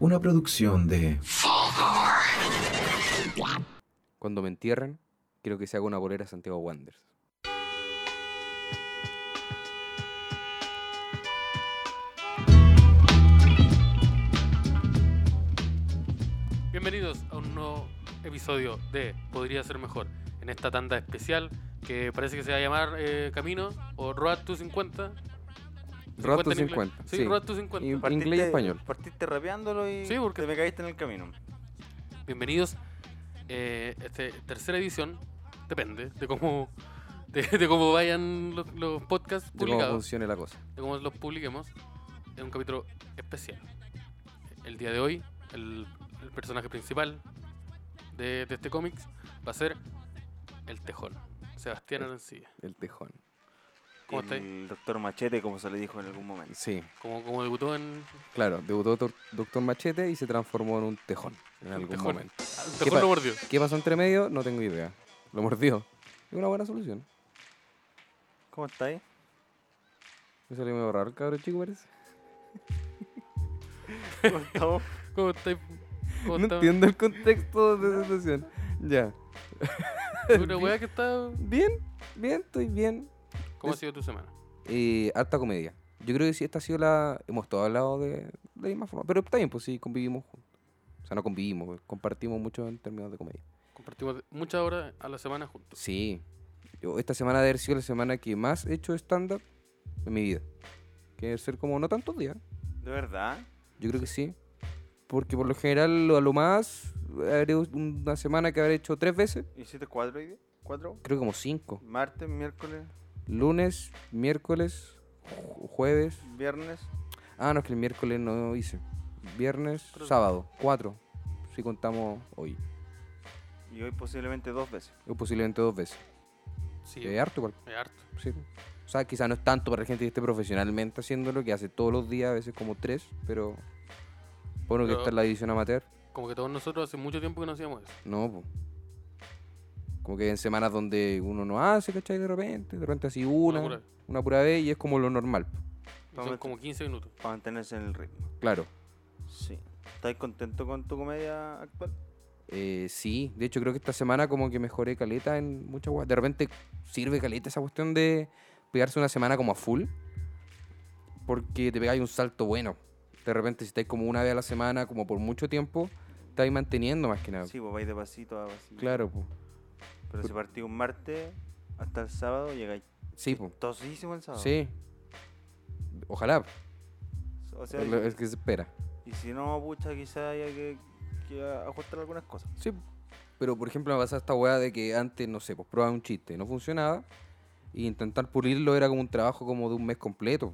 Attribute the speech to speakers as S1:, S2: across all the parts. S1: Una producción de...
S2: Cuando me entierren, quiero que se haga una bolera Santiago Wanderers.
S3: Bienvenidos a un nuevo episodio de Podría Ser Mejor, en esta tanda especial que parece que se va a llamar eh, Camino o Road to 50.
S2: Road to
S3: en inglés.
S2: 50,
S3: Sí,
S2: sí.
S3: Road to 50.
S2: Y- Inglés y español.
S4: Partiste rapeándolo y
S3: Sí, porque-
S4: te me caíste en el camino.
S3: Bienvenidos eh, este tercera edición, depende de cómo, de, de cómo vayan los, los podcasts
S2: De cómo
S3: publicados,
S2: funcione la cosa.
S3: de cómo los publiquemos. Es un capítulo especial. El día de hoy, el, el personaje principal de, de este cómic va a ser el Tejón, Sebastián Arancilla.
S2: El tejón.
S3: ¿Cómo está ahí?
S4: El doctor Machete, como se le dijo en algún momento.
S2: Sí,
S3: Como, como debutó en.
S2: claro. Debutó Dr. Doctor Machete y se transformó en un tejón en
S3: Un
S2: algún
S3: tejón.
S2: momento.
S3: Te
S2: pa-
S3: lo mordió.
S2: ¿Qué pasó entre medio? No tengo idea. Lo mordió. Es una buena solución.
S4: ¿Cómo estáis?
S2: Me salió medio raro el cabrón chico, parece.
S4: ¿Cómo estamos?
S3: ¿Cómo estáis? ¿Cómo
S2: No
S3: está?
S2: entiendo el contexto de esa situación. Ya.
S3: Una weá que está.
S2: Bien, bien, estoy bien.
S3: ¿Cómo ha
S2: Es-
S3: sido tu semana?
S2: Y eh, harta comedia. Yo creo que sí, esta ha sido la... Hemos todos hablado de, de la misma forma. Pero está bien, pues sí, convivimos juntos. O sea, no convivimos, pues, compartimos mucho en términos de comedia.
S3: Compartimos muchas horas a la semana juntos.
S2: Sí. Yo, esta semana debe haber sido la semana que más he hecho stand-up en mi vida. Que debe ser como no tantos días.
S4: ¿De verdad?
S2: Yo creo que sí. Porque por lo general, lo- a lo más, haré una semana que habré hecho tres veces.
S4: ¿Hiciste cuatro hoy día? ¿Cuatro?
S2: Creo que como cinco.
S4: Martes, miércoles,
S2: Lunes, miércoles, ju- jueves.
S4: viernes.
S2: Ah, no, es que el miércoles no hice. Viernes,
S3: Pero-
S2: sábado, cuatro. Si contamos hoy.
S4: Y hoy posiblemente dos veces.
S2: O posiblemente dos veces.
S3: Sí,
S2: Es harto igual.
S3: es harto.
S2: Sí. O sea, quizá no es tanto para la gente que esté profesionalmente haciéndolo, que hace todos los días, a veces como tres, pero bueno, que
S3: Pero-
S2: está en la división amateur,
S3: Como que todos nosotros hace mucho tiempo que no hacíamos eso.
S2: no, po. Como que en semanas donde uno no hace, ¿cachai? De repente, de repente así una,
S3: pura.
S2: una, pura vez y es como lo normal, po.
S3: Y
S4: Vamos
S3: Son
S4: a-
S3: como 15 minutos.
S4: Para mantenerse en el ritmo.
S2: claro.
S4: Sí. ¿Estáis contento con tu comedia actual?
S2: Eh, sí, de hecho creo que esta semana como que mejoré caleta en muchas weas. De repente sirve caleta esa cuestión de pegarse una semana como a full. Porque te pegáis un salto bueno. De repente si estáis como una vez a la semana, como por mucho tiempo, estáis manteniendo más que nada.
S4: Sí, vos vais de pasito a pasito.
S2: Claro, po.
S4: Pero si partís un martes hasta el sábado, llegáis
S2: Sí, po.
S4: tosísimo el sábado.
S2: Sí. Ojalá.
S4: O sea,
S2: Es lo- es que se espera.
S4: y si no, pucha, quizá haya que, que ajustar algunas cosas.
S2: Sí, po. pero por ejemplo me pasaba esta weá de que antes, no sé, pues probaba un chiste, no funcionaba, y intentar pulirlo era como un trabajo como de un mes completo.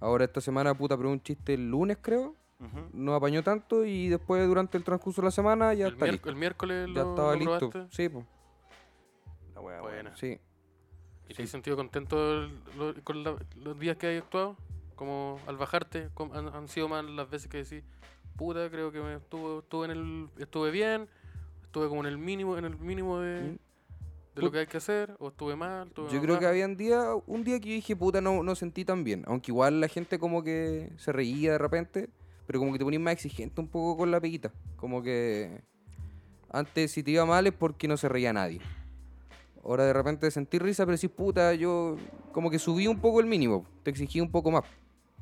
S2: Ahora esta semana, puta, probé un chiste el lunes, creo,
S4: Ujú.
S2: no apañó tanto, y después durante el transcurso de la semana ya
S3: el,
S2: está
S3: miérc-
S2: listo.
S3: el miércoles
S2: Ya
S3: lo,
S2: estaba
S3: lo
S2: listo.
S3: probaste
S2: Sí, pues,
S4: La wea
S3: Buena.
S2: sí.
S3: y te has sentido contento el- lo- con la- los días que has actuado. Como al bajarte, com- han, han sido más las veces que decís, puta, creo que me estuvo, estuve, en el, estuve bien, estuve como en el mínimo, en el mínimo de,
S2: Mm.
S3: de lo
S2: Put-
S3: que hay que hacer, o estuve mal, estuve
S2: Yo
S3: más
S2: creo que
S3: bajo.
S2: habían día, un día que yo dije, puta, no, no sentí tan bien. Aunque igual la gente como que se reía de repente, pero como que te ponías más exigente un poco con la peguita. Como que antes si te iba mal es porque no se reía nadie. Ahora de repente sentí risa, pero decís, puta, yo como que subí un poco el mínimo, te exigí un poco más.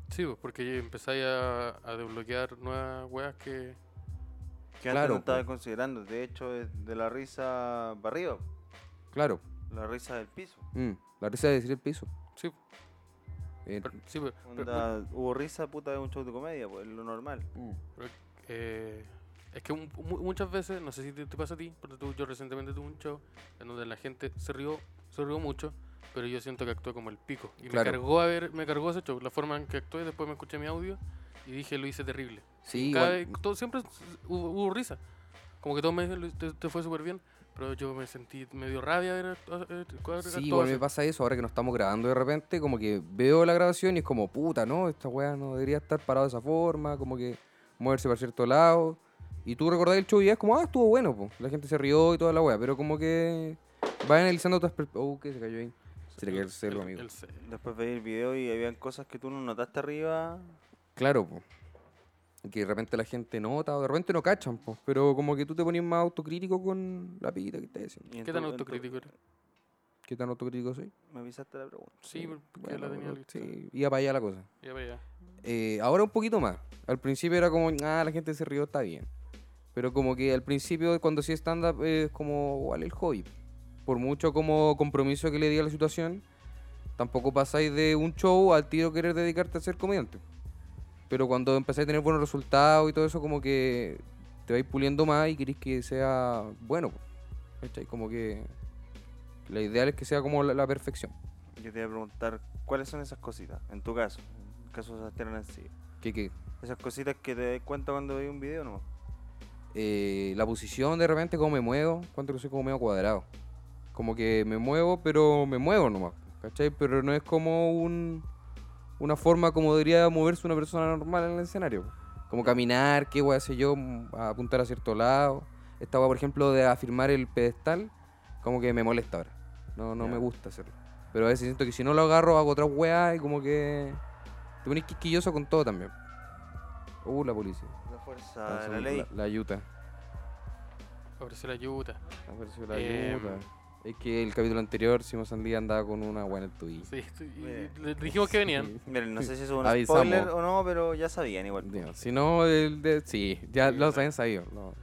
S3: Sí, pues, porque empezáis a, a desbloquear nuevas weas que.
S4: Que antes
S2: Claro,
S4: no estaba
S2: pues.
S4: considerando. De hecho, es de la risa para arriba,
S2: Claro,
S4: la risa del piso.
S2: mm, la risa de decir el piso.
S3: Sí,
S2: Eh,
S3: pero, sí, pues, pero- pero-
S4: Onda, hubo risa, puta, es un show de comedia, pues es lo normal.
S3: pero, eh, es que un- mu- muchas veces, no sé si te, te pasa a ti, pero tú, yo recientemente tuve un show en donde la gente se rió, se rió mucho, pero yo siento que actué como el pico. Y
S2: Claro.
S3: me cargó a ver, me cargó ese show, la forma en que actué, después me escuché mi audio y dije lo hice terrible.
S2: sí,
S3: Cada
S2: igual-
S3: vez- todo- siempre s- hubo, hubo risa. Como que todos me dicen, "Luis, te, te fue súper bien, pero yo me sentí medio rabia ver actu- eh, actuar-
S2: Sí,
S3: actuar
S2: igual
S3: así.
S2: me pasa eso, ahora que nos estamos grabando de repente, como que veo la grabación y es como, puta, ¿no? Esta weá no debería estar parada de esa forma, como que moverse para cierto lado. Y tú recordás el show y es como, ah, estuvo bueno, po. la gente se rió y toda la weá, pero como que vas analizando otras perspectivas. Oh, que se cayó ahí. Se le cayó el celo, amigo.
S3: el celo.
S4: Después veí el video y habían cosas que tú no notaste arriba.
S2: Claro, po. que de repente la gente nota o de repente no cachan, po, pero como que tú te pones más autocrítico con la pillita que estás diciendo.
S4: Y en
S3: ¿Qué
S4: tu-
S3: tan
S4: en tu-
S3: autocrítico era?
S2: ¿Qué tan autocrítico soy?
S4: Me avisaste la pregunta.
S3: Sí, porque la
S2: Bueno,
S3: tenía
S2: pero
S3: lista.
S2: sí, iba para allá la cosa.
S3: Ya, para allá.
S2: Eh, ahora un poquito más. Al principio era como, ah, la gente se rió, está bien. Pero como que al principio, cuando hacía stand-up, eh, es como, igual el hobby. Por mucho como compromiso que le diga la situación, tampoco pasáis de un show al tiro querer dedicarte a ser comediante. Pero cuando empezáis a tener buenos resultados y todo eso, como que te vais puliendo más y queréis que sea bueno. po. ¿Cachai? Como que la ideal es que sea como la- la perfección.
S4: Yo te iba a preguntar, ¿cuáles son esas cositas? En tu caso, en el caso de Sebastián Arancibia.
S2: Que, que
S4: Esas cositas que te das cuenta cuando veis un video nomás.
S2: eh, la posición de repente, cómo me muevo, cuánto que soy como medio cuadrado. Como que me muevo, pero me muevo nomás, ¿cachai? Pero no es como un, una forma como debería moverse una persona normal en el escenario. Como caminar, qué guay sé yo, mm, a apuntar a cierto lado. Esta guay, por ejemplo, de afirmar el pedestal, como que me molesta ahora. No, no
S4: Ya.
S2: me gusta hacerlo. Pero a veces siento que si no lo agarro, hago otra weá y como que te pones quisquilloso con todo también. Uh, la policía.
S4: La fuerza de
S2: Apareció
S4: Ah, la ley.
S2: Ah, La ayuda.
S3: Apareció la ayuda.
S2: Apareció la
S3: Em.
S2: ayuda. Es que el capítulo anterior, Simón Sandía andaba con una buena en el tobillo.
S3: Sí, estoy- y-
S4: Mira.
S3: y le dijimos que venían.
S4: Miren, no sé si eso es un
S2: Avisamos.
S4: spoiler o no, pero ya sabían igual.
S2: Digo, Si no, el de- sí, ya
S3: Sí,
S2: lo
S3: bueno.
S2: habían sabido. no.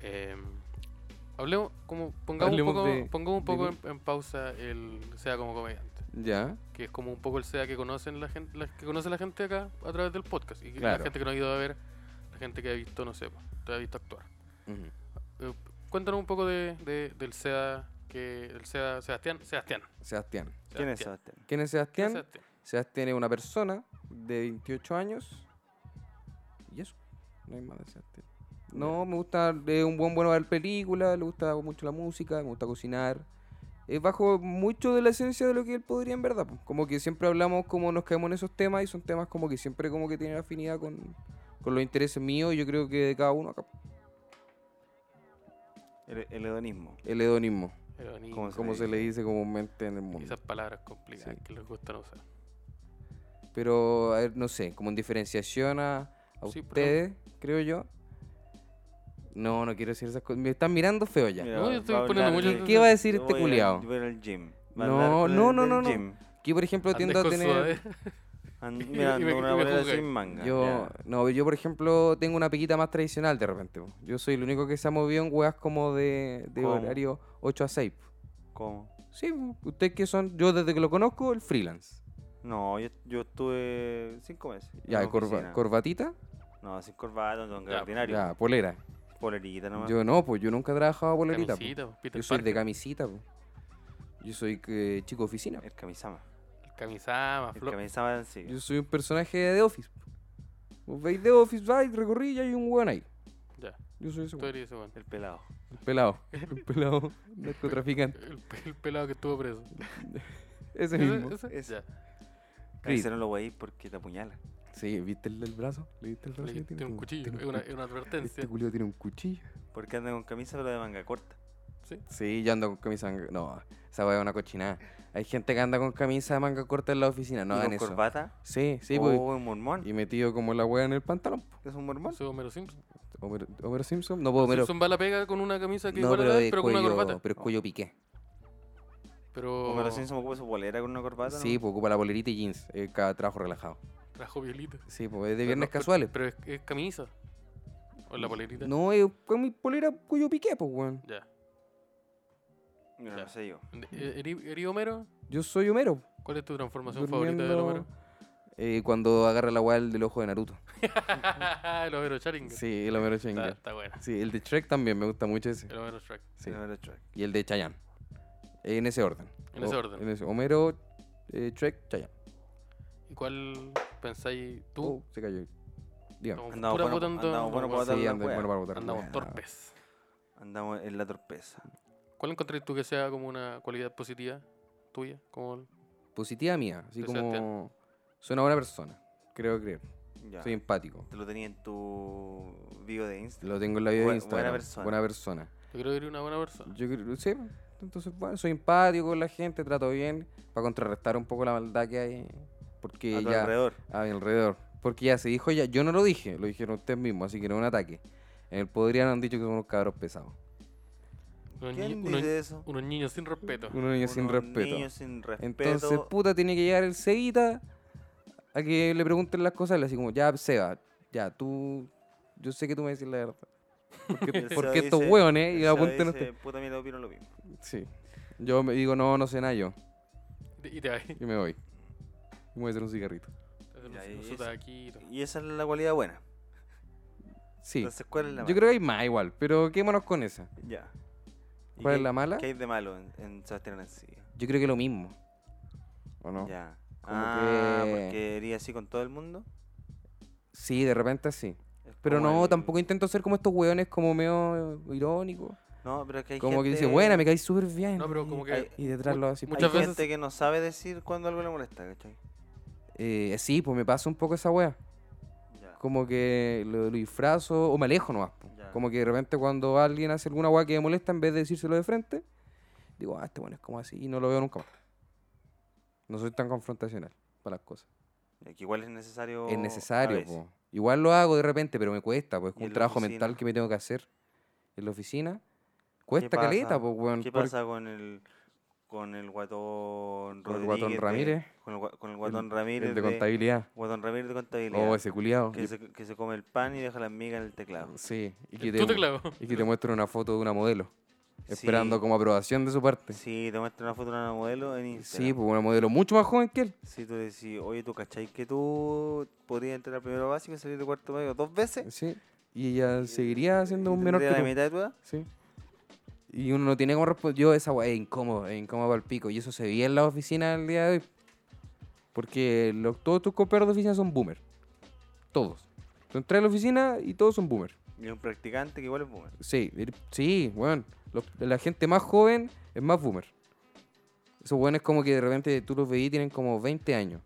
S3: Em, hablemos, como, pongamos
S2: Hablemos
S3: un poco,
S2: de-
S3: pongamos un
S2: de
S3: poco
S2: mí.
S3: en, en pausa el SEA como comediante.
S2: Ya,
S3: Que es como un poco el SEA que conocen la gente, la- que conoce la gente acá a través del podcast. Y que la
S2: Claro.
S3: gente que no ha ido a ver, la gente que ha visto, no sé, pues, te ha visto actuar.
S2: ujú.
S3: Eh, cuéntanos un poco de, de- del SEA que el SEA Sebastián, Sebastián.
S2: Sebastián.
S4: ¿Quién
S3: Sebastián.
S4: es Sebastián?
S2: ¿Quién es
S3: ¿Quién
S2: Sebastián?
S3: es Sebastián?
S2: Sebastián es una persona de 28 años. Y eso, no hay más de Sebastián. No, me gusta, es un buen bueno ver películas, le gusta mucho la música, me gusta cocinar. Es bajo mucho de la esencia de lo que él podría en verdad. po. Como que siempre hablamos como nos caemos en esos temas y son temas como que siempre como que tienen afinidad con, con los intereses míos y yo creo que de cada uno acá.
S4: El, el hedonismo.
S2: El hedonismo,
S3: Ironía,
S4: ¿Cómo se
S2: como se le dice comúnmente en el mundo.
S3: Esas palabras complicadas
S2: Sí.
S3: que les gustan usar.
S2: Pero, a ver, no sé, como en diferenciación a, a
S3: Sí, por
S2: ustedes, creo yo. No, no quiero decir esas cosas. Me están mirando feo ya.
S4: Mira,
S3: No, yo
S4: va
S3: estoy
S4: a hablar
S3: poniendo mucho
S4: de-
S3: atención.
S2: ¿Qué iba a decir
S4: Yo
S2: este
S4: voy al-
S2: culiao?
S4: voy al gym. Va a
S2: No,
S4: hablar con
S2: no,
S4: el
S2: no,
S4: del
S2: no, no.
S4: gym.
S2: Yo, por ejemplo,
S3: Andes
S2: tiendo a
S3: con
S2: tener...
S3: suave.
S4: Ando
S3: Y- y
S4: mirando
S3: me- y me
S4: una bolera
S3: juzgáis.
S4: sin manga.
S2: Yo,
S4: ya.
S2: no, yo, por ejemplo, tengo una piquita más tradicional de repente. po. Yo soy el único que se ha movido en weas como de, de
S4: ¿Cómo?
S2: horario 8 a 6. po.
S4: ¿Cómo?
S2: Sí, po. ustedes que son, yo desde que lo conozco, el freelance.
S4: No, yo, yo estuve cinco meses. en
S2: Ya,
S4: la
S2: corba-
S4: oficina.
S2: corbatita,
S4: No, sin corbata, no,
S3: Ya,
S4: no, ordinario.
S2: ya, polera.
S4: Polerita nomás.
S2: Yo no, pues yo nunca he trabajado polerita. po.
S3: Camisita, po, Peter
S2: Yo soy de
S3: Parker.
S2: camisita, po. Yo soy eh, chico de oficina.
S4: El camisama.
S3: El camisama,
S4: El
S3: flo-
S4: camisama de
S3: Eh.
S4: Arancibia.
S2: Yo soy un personaje de The Office. Vos veis The Office, vais, recorrí y hay un weón ahí.
S3: Ya,
S2: Yo soy ese
S3: tú
S2: weón.
S3: eres ese weón.
S4: El pelado.
S2: El pelado. El pelado narcotraficante.
S3: El, pe- el pelado que estuvo preso.
S2: Ese mismo.
S3: ¿Ese?
S4: Ese.
S3: Ya.
S4: A ese no lo voy a ir porque te apuñala.
S2: Sí, ¿viste el, el brazo? ¿Le viste el brazo?
S3: Le-
S2: que
S3: Tiene un
S2: Como-
S3: cuchillo,
S2: tiene
S3: es
S2: un
S3: una,
S2: cuchillo.
S3: es una advertencia.
S2: Este culio tiene un cuchillo.
S4: Porque anda con camisa pero de manga corta.
S2: Sí, yo ando con camisa. manga- No, esa weá es una cochinada. Hay gente que anda con camisa de manga corta en la oficina. No
S4: y
S2: hagan
S4: con
S2: eso.
S4: corbata.
S2: Sí, sí,
S4: oh,
S2: pues.
S4: un mormón.
S2: Y metido como la weá en el pantalón.
S4: ¿Es un mormón?
S3: Soy Homero Simpson.
S2: Homero, Homero Simpson. No puedo, Homero.
S3: Simpson va a la pega con una camisa que
S2: No,
S3: igual a
S2: pero,
S3: la
S2: de
S3: de él, pero con una
S2: cuello-
S3: corbata.
S2: pero es cuello piqué.
S3: Pero
S4: Homero Simpson me ocupa su polera con una corbata.
S2: Sí,
S4: ¿no?
S2: pues ocupa la polerita y jeans. eh, cada trabajo relajado.
S3: trajo violita.
S2: Sí, pues es de
S3: Pero
S2: viernes
S3: no, pero-
S2: casuales.
S3: Pero, es, es camisa. O la polerita.
S2: No, es con mi polera cuello piqué, pues, weón.
S3: Ya.
S4: Mira,
S3: Ya.
S4: no sé yo.
S3: Eh, ¿Eri, eri Homero?
S2: Yo soy Homero.
S3: ¿Cuál es tu transformación favorita del
S2: durmiendo,
S3: Homero?
S2: eh, cuando agarra la weá del ojo de Naruto.
S3: el Homero Charing.
S2: Sí, el Homero
S3: Está,
S2: Schengen.
S3: está buena.
S2: Sí, el de Shrek también me gusta mucho ese.
S3: El Homero Shrek.
S2: Sí.
S4: Homero Shrek.
S2: Y el de Chayanne. En ese orden.
S3: En ese
S2: O-
S3: orden.
S2: en ese- Homero, eh, Shrek, Chayanne.
S3: ¿Y cuál pensáis tú?
S2: Oh, se cayó. Dígame.
S3: Estamos
S4: Andamos
S3: puras
S4: bueno-
S3: votando-
S4: andamos bueno
S3: bueno,
S4: para
S2: sí,
S4: la
S2: anda,
S4: weá.
S2: bueno para votar.
S3: andamos
S2: Weá.
S3: torpes.
S4: Andamos en la torpeza.
S3: ¿Cuál encontré tú que sea como una cualidad positiva tuya? Como el-
S2: Positiva mía. Así
S3: De
S2: como. Soy una buena persona. Creo creer.
S4: Ya.
S2: Soy empático.
S4: Te lo tenía en tu video de Instagram.
S2: Lo tengo en la vida
S4: Bue-
S2: de Instagram.
S4: buena persona.
S2: Buena persona.
S3: yo creo que eres una buena persona.
S2: Yo creo, sí, entonces, bueno, soy empático con la gente, trato bien para contrarrestar un poco la maldad que hay porque
S4: a tu
S2: ya
S4: alrededor.
S2: a mi alrededor. Porque ya se dijo ya, yo no lo dije, lo dijeron ustedes mismos, así que no es un ataque. Él podrían han dicho que son unos cabros pesados.
S3: Unos,
S4: ¿Quién
S3: niños- unos-
S4: dice eso?
S3: unos niños sin respeto.
S2: Unos niños sin
S4: Unos
S2: respeto.
S4: niños sin respeto.
S2: Entonces, puta, tiene que llegar el Seguita a que le pregunten las cosas. y le Así como, ya, Seba, ya, tú. Yo sé que tú me decís la verdad.
S4: Y el
S2: Porque,
S4: Seba
S2: porque estos
S4: dice-
S2: hueones,
S4: el
S2: y
S4: Seba
S2: apunten a
S4: dice, Puta, mira, opino lo mismo.
S2: usted- Sí. Yo me digo, no, no sé nada yo.
S3: Y te ahí.
S2: Y me voy. Y me voy a hacer un cigarrito.
S4: Ya, y
S3: Unos
S4: eso.
S3: taquitos.
S4: Y esa es la cualidad buena.
S2: Sí.
S4: Entonces, ¿cuál es la
S2: Yo
S4: mala?
S2: creo que hay más igual, pero quémonos con esa.
S4: Ya. ¿Y
S2: ¿Cuál
S4: qué-
S2: es la mala?
S4: ¿Qué hay de malo en, en Sebastián Arancibia?
S2: Yo creo que lo mismo. ¿O no?
S4: Ya.
S2: Como
S4: Ah,
S2: que-
S4: porque iría así con todo el mundo.
S2: Sí, de repente sí.
S4: Es
S2: Pero
S4: como
S2: no,
S4: el-
S2: tampoco intento ser como estos hueones como medio irónico.
S4: No, pero es que hay
S2: Como que dice,
S4: gente-
S2: buena, me caes súper bien.
S3: No, pero como que.
S4: Ay,
S2: Y detrás
S3: mu-
S2: lo así.
S3: muchas
S4: hay
S3: veces-
S4: gente que no sabe decir cuando algo le molesta, ¿cachai?
S2: Eh, sí, pues me pasa un poco esa wea.
S4: Ya.
S2: Como que lo, lo disfrazo o me alejo nomás. po.
S4: Ya.
S2: Como que de repente cuando alguien hace alguna wea que me molesta, en vez de decírselo de frente, digo, ah, este bueno es como así y no lo veo nunca más. No soy tan confrontacional para las cosas.
S4: Ya, que igual es necesario.
S2: es
S4: Oh, a
S2: necesario,
S4: veces.
S2: po. Igual lo hago de repente, pero me cuesta, pues es
S4: ¿Y
S2: como
S4: en
S2: un
S4: la
S2: trabajo
S4: oficina?
S2: mental que me tengo que hacer en la oficina. Cuesta
S4: pasa?
S2: caleta, pues, weón.
S4: ¿Qué
S2: por-
S4: pasa con el con el guatón
S2: Con el guatón
S4: Rodríguez de-
S2: Ramírez.
S4: con, el, gua- con el
S2: el-
S4: guatón
S2: el
S4: Ramírez
S2: de contabilidad.
S4: Guatón Ramírez de contabilidad.
S2: Oh, ese culiado.
S4: que, se, que se come el pan y deja las migas en el teclado.
S2: Sí, y que,
S3: El
S2: te,
S3: tu teclado.
S2: y que te muestren una foto de una modelo.
S4: Sí.
S2: Esperando como aprobación de su parte. Sí,
S4: Sí, te muestra una foto de una modelo en Instagram.
S2: pues una modelo mucho más joven que él.
S4: Si tú decís, oye, ¿tú cachai que tú podrías entrar a primero básico y salir de cuarto medio dos veces?
S2: Sí. Y ella seguiría siendo
S4: ¿Y
S2: un menor que
S4: tendría la
S2: tú.
S4: mitad de tu edad?
S2: Sí. Y uno no tiene como responder. Yo esa weá es incómodo, es incómodo al pico. Y eso se veía en la oficina el día de hoy. Porque lo- todos tus compañeros de oficina son boomer. Todos. Tú entras a la oficina y todos son boomer.
S4: Y un practicante que igual es boomer.
S2: Sí, er- sí, weón. Los- la gente más joven es más boomer. Esos weones como que de repente tú los veí y tienen como 20 años.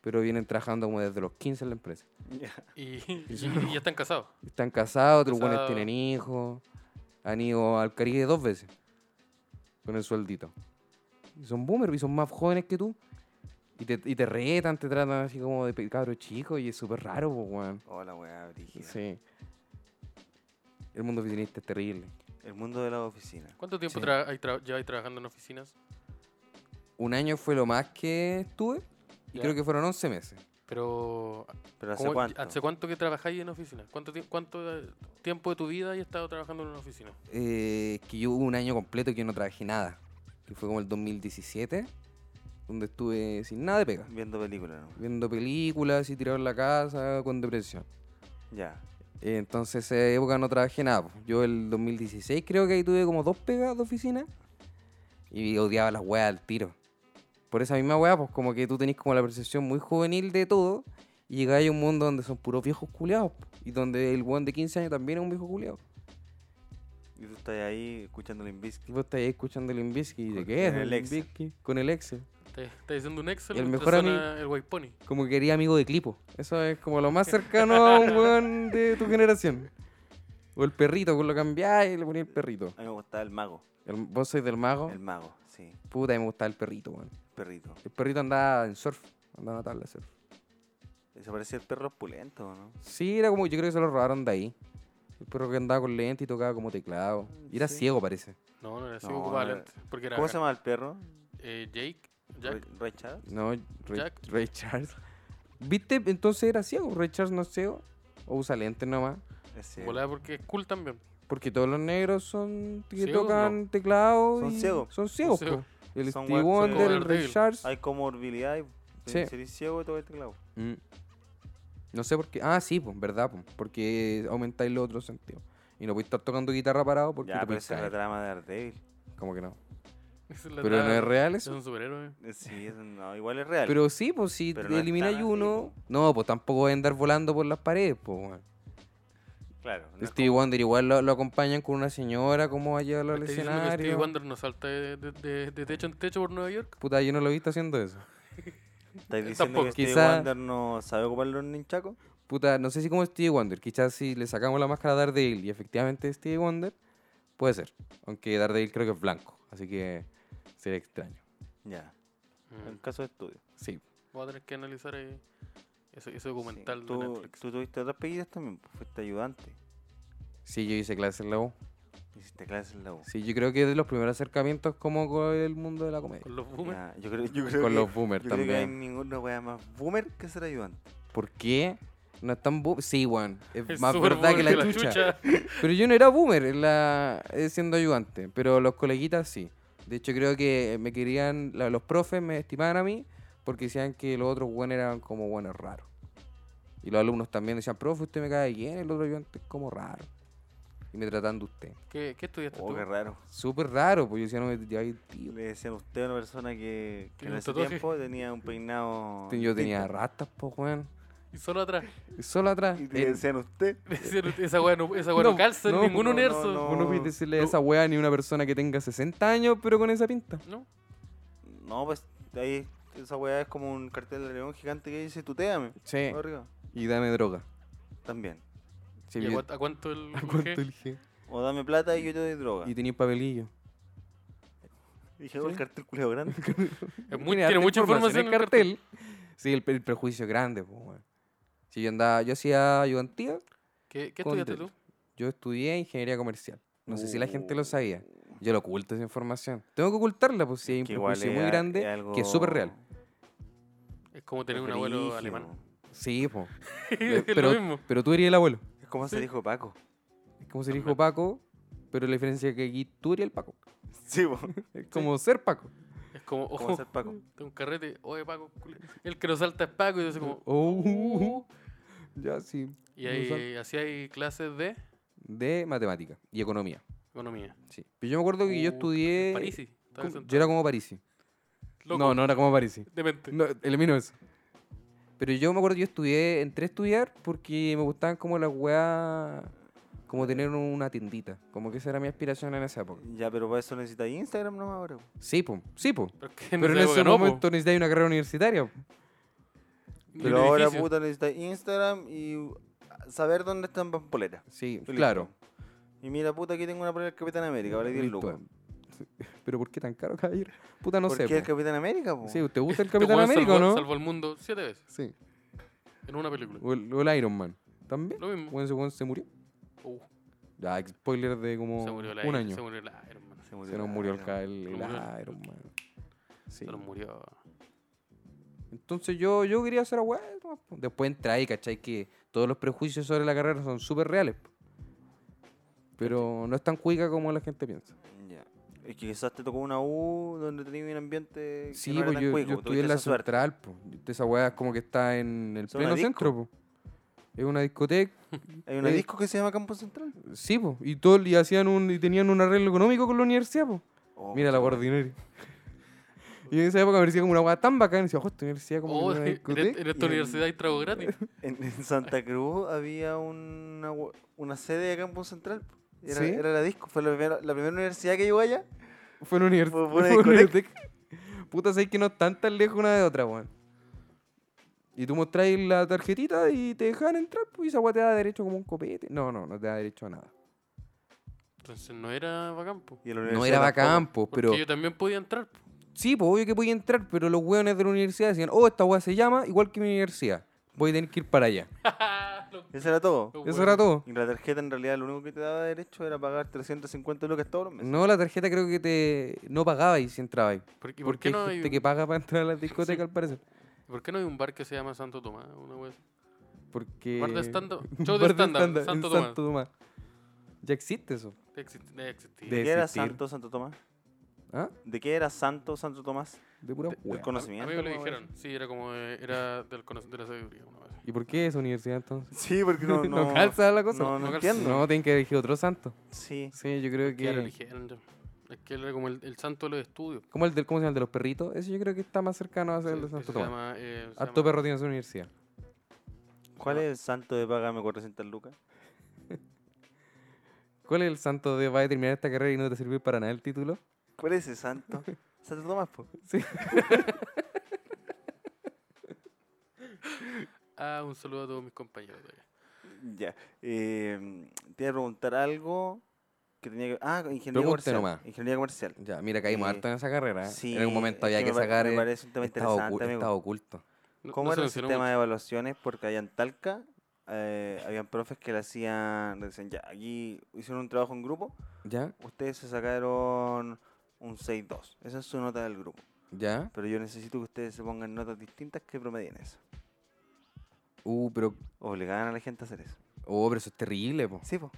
S2: Pero vienen trabajando como desde los 15 en la empresa.
S3: Y, y- y ya están casados.
S2: Están casados, otros
S3: Casados.
S2: buenos tienen hijos. Han ido al Caribe dos veces. Con el sueldito. Y son boomers y son más jóvenes que tú. Y te, y te retan, te tratan así como de pe- cabro chico y es súper raro, pues, weón.
S4: Hola, Oh, weá, brígida.
S2: Sí. El mundo oficinista es terrible.
S4: El mundo de la oficina.
S3: ¿Cuánto tiempo
S2: Sí.
S3: tra- hay tra- lleváis trabajando en oficinas?
S2: Un año fue lo más que estuve. Y
S3: Ya.
S2: creo que fueron 11 meses.
S3: Pero
S4: ¿Pero hace
S3: ¿cómo-
S4: cuánto?
S3: ¿hace cuánto que trabajáis en oficinas? ¿Cuánto, tie- cuánto eh, tiempo de tu vida has estado trabajando en una oficina?
S2: Eh, que yo hubo un año completo que yo no trabajé nada. Que fue como el 2017. Donde estuve sin nada de pega.
S4: Viendo películas, ¿no?
S2: Viendo películas y tirado en la casa con depresión.
S4: Ya.
S2: Eh, Entonces esa época no trabajé nada. po. Yo el 2016 creo que ahí tuve como dos pegas de oficina. Y odiaba las weas al tiro. Por esa misma wea, pues como que tú tenés como la percepción muy juvenil de todo. Y llegáis a un mundo donde son puros viejos culiados. po, Y donde el weón de 15 años también es un viejo culiado.
S4: Y tú estás ahí escuchando el Invisky.
S2: Y vos estáis ahí escuchando el Limbisky. ¿Y de
S4: Con-
S2: qué es?
S4: con el
S2: Limp
S4: Excel.
S2: Bizkit? Con el Excel.
S3: ¿Estás estás diciendo un Excel?
S2: El
S3: Te
S2: mejor ami-
S3: suena El White Pony.
S2: Como que quería amigo de Clipo. Eso es como lo más cercano a un weón de tu generación. O el perrito, con lo cambiáis y le ponía el perrito.
S4: A mí me gustaba el mago.
S2: El- vos sois del mago.
S4: El mago, sí.
S2: Puta, y me gustaba el perrito, weón.
S4: Perrito.
S2: El perrito andaba en surf, andaba en una tabla de surf.
S4: Y Se parecía el perro opulento, ¿no?
S2: Sí, era como, yo creo que se lo robaron de ahí. El perro que andaba con lente y tocaba como teclado. Y era
S4: Sí.
S2: ciego, parece.
S3: No, no era así
S4: No,
S3: ocupaba
S4: no era-
S3: lentes, Porque era
S4: ¿Cómo se llama el perro?
S3: eh, Jake, Jack.
S4: Ray- Ray Charles.
S2: No, Ray,
S3: Jack.
S2: Ray Charles. ¿Viste? Entonces era ciego. Ray Charles no es ciego. O usa lente nomás.
S4: Ese.
S3: Volaba porque es cool también.
S2: Porque todos los negros son que
S3: ¿Ciegos?
S2: tocan teclado.
S4: Son
S2: y-
S4: ciegos.
S2: Son ciegos,
S3: ciegos.
S2: po. El
S4: Son
S2: Steve
S4: guan- son
S2: Wonder, el
S3: como
S2: Ray
S3: Daredevil.
S2: Charles.
S4: Hay comorbilidad y
S2: Sí.
S4: sí. serís ciego y todo el teclado.
S2: Mm. No sé por qué. Ah, sí, pues, verdad, pues. Porque aumentáis los otros sentidos. Y no podéis estar tocando guitarra parado porque
S4: Ya,
S2: te
S4: pero
S2: podéis
S4: esa es la
S2: caer.
S4: trama de Daredevil.
S2: Como que no.
S3: Esa es la
S2: Pero no
S3: trama.
S2: es real
S3: Es
S2: eso.
S3: un superhéroe.
S4: Eh, Sí, eso no, igual es real.
S2: Pero sí, pues si
S4: Pero
S2: te
S4: no es
S2: elimináis
S4: tan así,
S2: uno. No, pues tampoco voy a andar volando por las paredes, pues, weón.
S4: claro. no es
S2: Stevie Wonder igual lo, lo acompañan con una señora, ¿cómo va a llevarlo al
S3: ¿Estás diciendo que Stevie
S2: escenario?
S3: Wonder nos salta de, de- de- de techo en techo por Nueva York?
S2: Puta, yo no lo he visto haciendo eso.
S4: como- ¿Estáis diciendo
S3: tampoco.
S4: que Stevie
S2: Quizá-
S4: Wonder no sabe ocupar los ninchacos?
S2: Puta, no sé si como Stevie Wonder, quizás si le sacamos la máscara a Daredevil y efectivamente es Stevie Wonder, puede ser. Aunque Daredevil creo que es blanco, así que sería extraño.
S4: Ya,
S3: Mm.
S4: en caso de estudio.
S2: Sí.
S3: Voy a tener que analizar eh, Ese, ese documental de
S4: Tú,
S3: Netflix.
S4: tú tuviste otras pedidas también, pues, fuiste ayudante.
S2: Sí, yo hice clases en la U.
S4: Hiciste clases en la U.
S2: Sí, yo creo que es de los primeros acercamientos como con el mundo de la comedia.
S3: Con los boomers.
S4: Ya, yo creo, yo creo
S2: con
S4: que,
S2: los boomers
S4: yo creo que no hay
S2: también.
S4: ninguna wea más boomer que ser ayudante.
S2: ¿Por qué? No es tan boomer. Sí, weón. Es,
S3: Es
S2: más
S3: súper
S2: verdad que
S3: boomer
S2: la, chucha. Pero yo no era boomer en la, eh, siendo ayudante. Pero los coleguitas sí. De hecho, creo que me querían. la- los profes me estimaban a mí porque decían que los otros buenos eran como buenos raros. Y los alumnos también decían, profe, usted me cae bien. El otro ayudante es como raro. Y me tratan de usted.
S3: ¿Qué, qué estudiaste
S4: Oh,
S3: tú?
S4: qué raro.
S2: Súper raro, pues yo decía, no me lleváis tío.
S4: Le decían a usted a una persona que, que en
S3: Tiene un
S4: ese
S3: tatuaje.
S4: tiempo tenía un peinado.
S2: Yo tenía
S4: distinto.
S2: ratas, pues, weón.
S3: Y solo atrás.
S2: Y Solo atrás.
S4: Y le
S2: en-
S4: decían a usted.
S3: Esa weá no, esa weá no
S2: No,
S3: calza
S2: no,
S3: en ningún
S4: no, no,
S3: universo.
S4: no.
S3: No,
S2: Vos no podés decirle a
S3: no.
S2: esa weá ni a una persona que tenga 60 años, pero con esa pinta.
S4: No, pues ahí esa weá es como un cartel de león gigante que dice tuteame.
S2: Sí.
S4: Arriba.
S2: Y dame droga.
S4: También.
S2: Sí,
S3: ¿Y a
S2: bien.
S3: cuánto- a cuánto el
S2: ¿A cuánto
S3: qué?
S2: el G?
S4: O dame plata y yo te doy droga.
S2: Y tenía papelillo.
S4: Y dije, oh, el
S2: Sí.
S4: cartel culeo grande.
S3: Es muy- tiene
S2: harta
S3: mucha información
S2: en
S3: el
S2: el cartel. Sí, el, el prejuicio es grande, pues, weón. Si yo andaba, yo hacía ayudantía,
S3: ¿Qué, qué
S2: Con
S3: estudiaste
S2: del-
S3: tú?
S2: yo estudié ingeniería comercial. No sé si la gente lo sabía. Yo lo oculto esa información. Tengo que ocultarla, pues si hay un
S4: Uh, Que igual
S2: prejuicio
S4: es
S2: muy
S4: a-
S2: grande,
S4: algo
S2: que es súper real.
S3: Es como tener un
S4: brígido.
S3: abuelo alemán.
S2: Sí, pues.
S3: es
S2: pero,
S3: lo mismo.
S2: pero tú eres el abuelo.
S4: Es como se dijo Paco.
S2: Es como si
S3: También.
S2: dijo Paco, pero la diferencia es que aquí tú eres el Paco.
S4: Sí, po.
S2: Es como ser Paco.
S3: Es como,
S4: ¿Cómo
S3: ojo,
S4: ser Paco?
S3: de un carrete. Oye, Paco, cule- el que nos salta es Paco. Y yo así como...
S2: Oh,
S3: "Uh".
S2: ya sí.
S3: Y
S2: no sal-
S3: ahí, así hay clases de
S2: De matemática y economía.
S3: economía.
S2: Sí. Pero yo me acuerdo que yo
S3: Uh,
S2: estudié.
S3: París, estaba
S2: como-
S3: sentado.
S2: Yo era como Parisi.
S3: Loco,
S2: No, no era como Parisi.
S3: Demente.
S2: No, elimino eso. Pero yo me acuerdo que yo estudié, entré a estudiar porque me gustaban como las weas. Como tener una tiendita. Como que esa era mi aspiración en esa época.
S4: Ya, pero para eso necesitas Instagram nomás ahora. po.
S2: Sí, pum. Sí, pum.
S3: Pero, es que
S2: Pero en
S3: esa época
S2: ese
S3: no, po.
S2: momento necesitáis una carrera universitaria. po.
S3: Ni
S4: Pero
S3: un
S4: ahora,
S3: edificio.
S4: puta, necesitas Instagram y uh, saber dónde están las poleras.
S2: Sí,
S4: Listo.
S2: claro.
S4: Y mira, puta, aquí tengo una polera del Capitán América, vale 10
S2: Listo.
S4: lucas.
S2: Pero ¿por qué tan caro, caballero? Puta, no
S4: ¿Por
S2: sé.
S4: qué el
S2: po.
S4: Capitán América, po?
S2: Sí, ¿te gusta el
S3: Este
S2: Capitán
S3: weón
S2: América o
S3: salvó-
S2: no?
S3: Salvó al mundo siete veces
S2: Sí.
S3: en una película.
S2: O el, o el Iron Man. También.
S3: Lo mismo.
S2: Bueno, ese weón se murió.
S3: Uh,
S2: Ya, ex- spoiler de como
S3: se murió la
S2: un
S3: Se
S2: año.
S3: murió la Iron Man.
S4: Se
S2: Se,
S4: murió
S2: nos
S4: la-
S2: murió el,
S4: la-
S2: ca- el-
S3: Se
S2: el
S3: murió el-
S2: Iron Man. Sí.
S3: Se nos murió.
S2: Entonces yo, yo quería hacer agua. Después entra y cachai que todos los prejuicios sobre la carrera son súper reales. po. Pero no es tan cuica como la gente piensa.
S4: Ya. Es que quizás te tocó una U donde tenías un ambiente. que
S2: Sí,
S4: no era
S2: pues
S4: tan
S2: yo,
S4: cuico,
S2: yo estudié
S4: tuviste
S2: en la
S4: esa suerte.
S2: central, po. Esa weá es como que está en el
S4: Es una
S2: pleno
S4: disco.
S2: centro, po. Es una discoteca,
S4: Hay una
S2: Eh.
S4: disco que se llama Campo Central.
S2: sí, po. Y todo, y hacían un, y tenían un arreglo económico con la universidad, po.
S4: Oh,
S2: Mira la ordinaria. Y en esa época me parecía como una weá tan bacana. Y decía, ojo, esta universidad como que
S3: Oh,
S2: es una
S3: en,
S2: discoteca".
S3: en esta universidad hay trago gratis.
S4: En, en Santa Cruz había una, hue- una sede de Campo Central. po. Era,
S2: ¿Sí?
S4: era la disco, fue la primera, la primera universidad que llegó allá.
S2: Fue una univers-
S4: Fue- fue
S2: fue
S4: una
S2: una
S4: discoteca.
S2: discoteca. Puta, sabes que no están tan lejos una de otra, weón. Y tú mostráis la tarjetita y te dejan entrar, pues y esa weá te da derecho como un copete. No, no, no te da derecho a nada.
S3: Entonces no era bacán, po.
S4: Y en la
S2: No
S4: universidad
S2: era
S4: tampoco.
S2: bacán, pues,
S3: Porque
S2: pero.
S3: yo también podía entrar. po.
S2: Sí, pues obvio que podía entrar, pero los weones de la universidad decían, oh, esta weá se llama igual que mi universidad. Voy a tener que ir para allá.
S3: Lo-
S4: Eso era todo.
S3: lo
S2: Eso
S3: bueno.
S2: era todo.
S4: Y la tarjeta en realidad lo único que te daba derecho era pagar 350 lucas todos los meses.
S2: No, la tarjeta creo que te no pagaba y si entraba ahí.
S3: ¿Por, y por
S2: Porque
S3: qué
S2: hay
S3: no hay,
S2: gente que paga para entrar a las discotecas, al parecer.
S3: por qué no hay un bar que se llama Santo Tomás? Una wea así?
S2: Porque...
S3: Bar de stand-up.
S2: un
S3: Show de
S2: Eh, bar
S3: stand-up,
S2: stand-up en
S3: Santo Tomás.
S2: Tomás. Ya existe eso.
S3: Debe existir- debe existir.
S2: De
S4: ¿De qué era
S2: existir.
S4: santo Santo Tomás?
S2: ¿Ah?
S4: ¿De qué era santo Santo Tomás?
S2: De pura
S3: De-
S4: Del
S2: hueá.
S3: A
S4: conocimiento.
S3: mí me lo
S4: ¿no?
S3: dijeron. Sí, era como de, era del cono- de la sabiduría. Una vez.
S2: ¿Y por qué esa universidad entonces?
S4: Sí, porque no,
S2: No,
S4: no,
S2: calza la cosa.
S4: no, no
S3: No calza.
S4: entiendo.
S2: No, tienen que elegir otro santo.
S4: Sí.
S2: Sí, yo creo
S3: Ya lo
S2: que...
S3: eligieron. ya. Es que él era como el, el santo de los estudios.
S2: ¿Cómo, el del, ¿Cómo se llama? ¿El de los perritos? Ese yo creo que está más cercano a ser el de
S3: Ese-
S2: Santo
S3: ese se
S2: Tomás.
S3: llama, eh, se
S2: Harto
S3: llama-
S2: perro tiene su universidad.
S4: ¿Cuál es el santo de Págame 400 lucas?
S2: ¿Cuál es el santo de va a terminar esta carrera y no te sirve para nada el título?
S4: ¿Cuál es ese santo? Santo Tomás, po.
S3: Ah, un saludo a todos mis compañeros. de allá.
S4: Ya. Eh, te iba a preguntar algo que tenía que... Ah, ingeniería
S2: Pregunte
S4: comercial.
S2: nomás.
S4: Ingeniería comercial.
S2: Ya, mira, caímos
S4: Eh,
S2: harto en esa carrera. ¿eh?
S4: Sí,
S2: en algún momento
S4: es
S2: había que
S4: me pa-
S2: sacar...
S4: Me
S2: eh,
S4: parece un tema
S2: estaba, ocu-
S4: interesante, amigo.
S2: estaba oculto.
S3: No- no
S4: ¿Cómo
S3: se
S4: era el
S3: mencionó
S4: sistema
S3: mucho.
S4: de evaluaciones? Porque allá en Talca eh, habían profes que le hacían, le decían, ya, aquí hicieron un trabajo en grupo,
S2: ¿Ya?
S4: ustedes se sacaron un 6-2. Esa es su nota del grupo.
S2: ¿Ya?
S4: Pero yo necesito que ustedes se pongan notas distintas que promedien eso.
S2: Uh, pero.
S4: Obligaban a la gente a hacer eso.
S2: Oh, pero eso es terrible, po.
S4: Sí, po.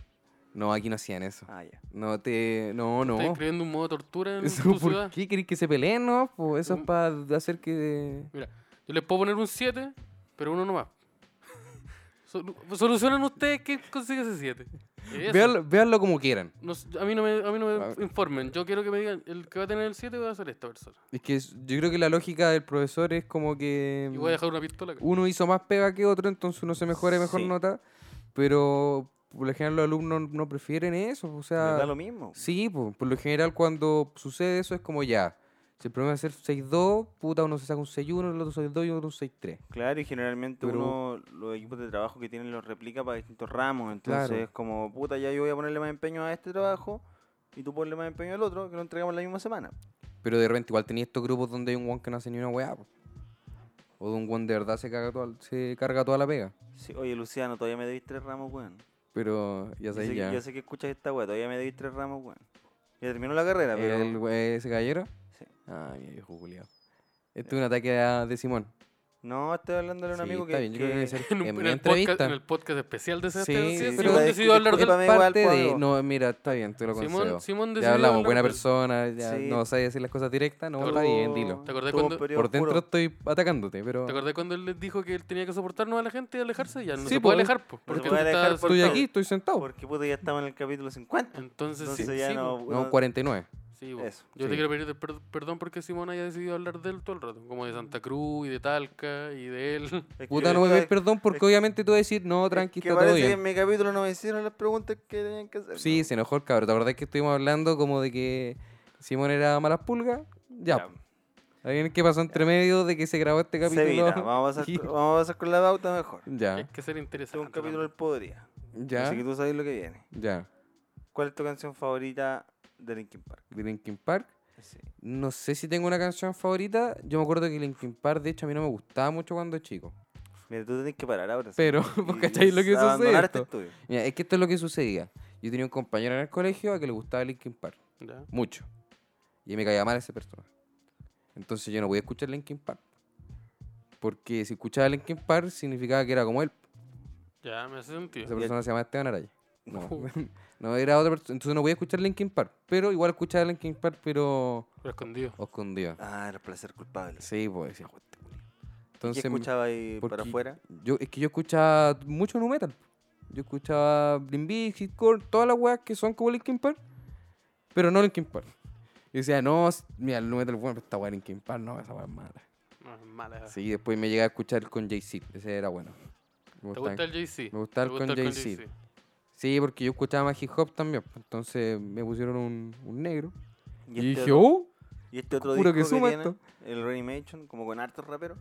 S2: No, aquí no hacían eso.
S4: Ah, ya.
S2: No te. No, no.
S3: Estás creando un modo de tortura en
S2: Eso,
S3: tu
S2: ¿Por
S3: ciudad.
S2: qué queréis que se peleen, no? Pues eso es
S3: Mm.
S2: para hacer que.
S3: Yo les puedo poner un 7, pero uno nomás. Solu- Solucionen ustedes que consigue ese 7.
S2: Véanlo, véanlo como quieran.
S3: No s- a mí no me, a mí no me
S2: A ver.
S3: informen. Yo quiero que me digan, el que va a tener el 7 va a ser esta persona.
S2: Es que es- yo creo que la lógica del profesor es como que mm,
S3: Y voy a dejar una pistola acá.
S2: uno hizo más pega que otro, entonces uno se mejora y mejor
S4: Sí.
S2: nota. Pero por lo general los alumnos no prefieren eso. O
S4: Les da
S2: sea,
S4: lo mismo.
S2: sí, po, por lo general cuando sucede eso es como ya. Si el problema es ser 6-2, puta, uno se saca un 6-1, el otro 6-2 y otro un 6-3.
S4: Claro, y generalmente
S2: Pero-
S4: uno los equipos de trabajo que tienen los replica para distintos ramos. Entonces
S2: Claro.
S4: es como, puta, ya yo voy a ponerle más empeño a este trabajo y tú ponle más empeño al otro, que lo entregamos la misma semana.
S2: Pero de repente igual tenía estos grupos donde hay un one que no hace ni una weá. po. O de un one de verdad se, caga toda, se carga toda la pega.
S4: Sí, oye, Luciano, todavía me debís tres ramos, weón.
S2: Pero ya
S4: Yo sé,
S2: sabéis
S4: que-
S2: ya.
S4: yo sé que escuchas esta weón, todavía me debís tres ramos, weón. Ya terminó la carrera, pero...
S2: ¿El güey ese gallero?
S4: Sí.
S2: Ah, mi viejo culiao. Este es un ataque a- de Simón.
S4: No, estoy hablándole a
S2: Sí,
S4: un amigo que...
S2: está bien, yo creo que debe ser
S3: En, un-
S2: en
S3: en
S2: mi
S3: el podcast,
S2: entrevista.
S3: en el podcast especial de
S2: Sí,
S3: Sebastián. Sí,
S2: pero-
S3: Simón decidió hablar del
S4: Disculpa, me igual,
S2: Parte
S4: po,
S2: de...
S4: amigo.
S2: No, mira, está bien, te lo concedo.
S3: Simón, Simón decidió
S2: ya hablamos,
S3: hablar
S2: buena
S3: del-
S2: persona, ya
S4: Sí.
S2: no sabes decir las cosas directas, no,
S3: Te
S2: está
S3: acordás-
S2: bien, dilo.
S3: te acordás
S4: Tuvo un
S3: cuando-
S4: periodo
S2: Por dentro
S4: oscuro.
S2: estoy atacándote, pero
S3: ¿Te acordás cuando él les dijo que él tenía que soportarnos a la gente y alejarse? Ya no
S2: Sí, pues.
S3: se
S2: po,
S3: puede alejar, po,
S4: no se
S3: porque
S4: puede
S3: tú
S4: alejar
S3: estás-
S4: por-
S2: estoy
S4: cortado.
S2: aquí, estoy sentado.
S4: Porque puta, ya estaba en el capítulo 50.
S3: Entonces, sí,
S4: Entonces ya
S3: sí, pues. po.
S4: no...
S2: No,
S4: no-
S2: 49.
S3: Sí, bo.
S4: Eso,
S3: Yo
S2: sí.
S3: te quiero pedir per- perdón porque Simón haya decidido hablar de él todo el rato, como de Santa Cruz y de Talca y de él.
S4: es que
S2: Puta, no me
S4: está-
S2: pides perdón porque
S4: es que-
S2: obviamente tú vas a decir, no,
S4: es
S2: tranqui,
S4: que
S2: está todo
S4: parece que en
S2: bien.
S4: mi capítulo no me hicieron las preguntas que tenían que hacer.
S2: Sí,
S4: ¿no?
S2: se enojó el cabrón. ¿Te acordás que estuvimos hablando como de que Simón era malas pulgas? Ya,
S4: Ya.
S2: Alguien que pasó entre medio de que se grabó este capítulo.
S4: Se evita, vamos, a pasar,
S2: Y-
S4: con- vamos a pasar con la pauta mejor.
S3: Hay
S2: Ya,
S3: que ser
S4: Este es
S3: interesante.
S4: un capítulo
S3: también.
S4: del podría.
S2: ya,
S4: Así que tú sabes lo que viene.
S2: ya.
S4: ¿Cuál es tu canción favorita de Linkin Park?
S2: De Linkin Park.
S4: Sí.
S2: No sé si tengo una canción favorita. Yo me acuerdo que Linkin Park, de hecho, a mí no me gustaba mucho cuando chico.
S4: Mira, tú tenés que parar ahora. sí.
S2: Pero, ¿vos
S4: Y
S2: cacháis lo que sucede
S4: abandonar este
S2: esto?
S4: estudio.
S2: Mira, es que esto es lo que sucedía. Yo tenía un compañero en el colegio a que le gustaba Linkin Park.
S3: Ya.
S2: Mucho. Y me caía mal ese personaje. Entonces yo no podía escuchar Linkin Park. Porque si escuchaba Linkin Park significaba que era como él.
S3: Ya, me hace
S2: Esa
S3: sentido.
S4: el-
S2: persona se llama Esteban Araya. No, no era otra persona. Entonces no voy a escuchar Linkin Park. Pero igual escuchaba Linkin Park, pero
S3: Lo escondido.
S2: escondida.
S4: Ah, era placer culpable.
S2: Sí, pues decía, "Joder, este culiao".
S4: ¿Qué
S2: Entonces,
S4: escuchaba ahí
S2: porque
S4: para afuera?
S2: Yo, es que yo escuchaba mucho nu metal. Yo escuchaba Blind Big, todas las weas que son como Linkin Park, pero no Linkin Park. Y decía, no, s- mira, el nu metal, bueno, pero esta wea de Linkin Park, no, esa wea es mala.
S3: No, es mala.
S4: Ah.
S2: Sí, después me llegué a escuchar con Jay-Z, ese era bueno. Me
S3: ¿Te
S2: gustaban-
S3: gusta el JC?
S2: me gusta el
S3: ¿Te
S2: con Jay-Z. Sí, porque yo escuchaba más hip hop también. pues, Entonces me pusieron un, un negro. Y,
S4: este
S2: dije,
S4: otro-
S2: oh.
S4: y este otro
S2: juro
S4: disco
S2: que
S4: que,
S2: suma
S4: tiene,
S2: esto.
S4: el Reanimation, como con hartos raperos.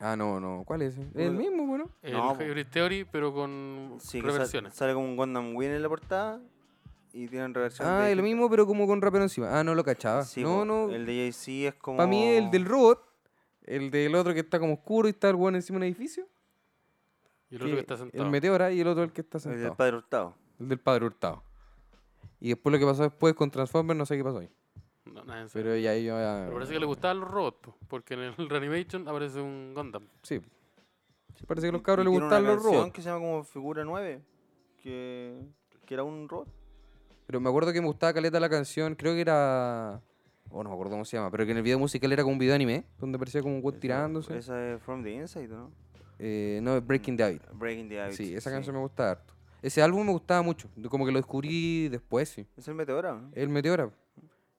S2: Ah, no, no. ¿Cuál es? ese? El
S4: Bueno.
S2: mismo, bueno.
S3: El
S4: No, po.
S2: pues.
S3: Hybrid Theory, pero con
S4: Sí, que sale,
S3: Uh, reversiones.
S4: sale como un Gundam Win en la portada y tienen reversión.
S2: Ah,
S4: de
S2: el
S4: Linkin
S2: mismo, pero como con rapero encima. Ah, no lo cachaba.
S4: Sí,
S2: no,
S4: po,
S2: no.
S4: El de Jay-Z es como.
S2: Para mí el del robot, el del otro que está como oscuro y está el weón encima de un edificio.
S3: Y el otro que
S2: que-
S3: está sentado.
S2: El meteora y el otro el que está
S4: El
S2: sentado.
S4: del
S2: El,
S4: Padre Hurtado.
S2: del padre Hurtado. Y después lo que pasó después con Transformers, no sé qué pasó ahí.
S3: No, nada, pero,
S2: Pero ya ahí yo ya...
S3: pero parece que le gustaban los robots, po, porque en el Reanimation aparece un Gundam.
S2: Sí. Parece que a los
S4: Y-
S2: cabros
S4: y
S2: les
S4: tiene
S2: gustaban
S4: una
S2: los
S4: canción
S2: robots.
S4: que se llama como Figura 9, que, que era un robot.
S2: Pero me acuerdo que me gustaba caleta la canción, creo que era... Oh, no me acuerdo cómo se llama, pero que en el video musical era como un video anime, donde parecía como un weón
S4: Esa-
S2: tirándose.
S4: Esa es From the Inside, ¿no?
S2: Eh, no, Breaking David.
S4: Breaking the Habit.
S2: Sí, esa canción me gustaba harto. Ese álbum me gustaba mucho, como que lo descubrí después, sí.
S4: Es el Meteora, ¿no?
S2: El Meteora.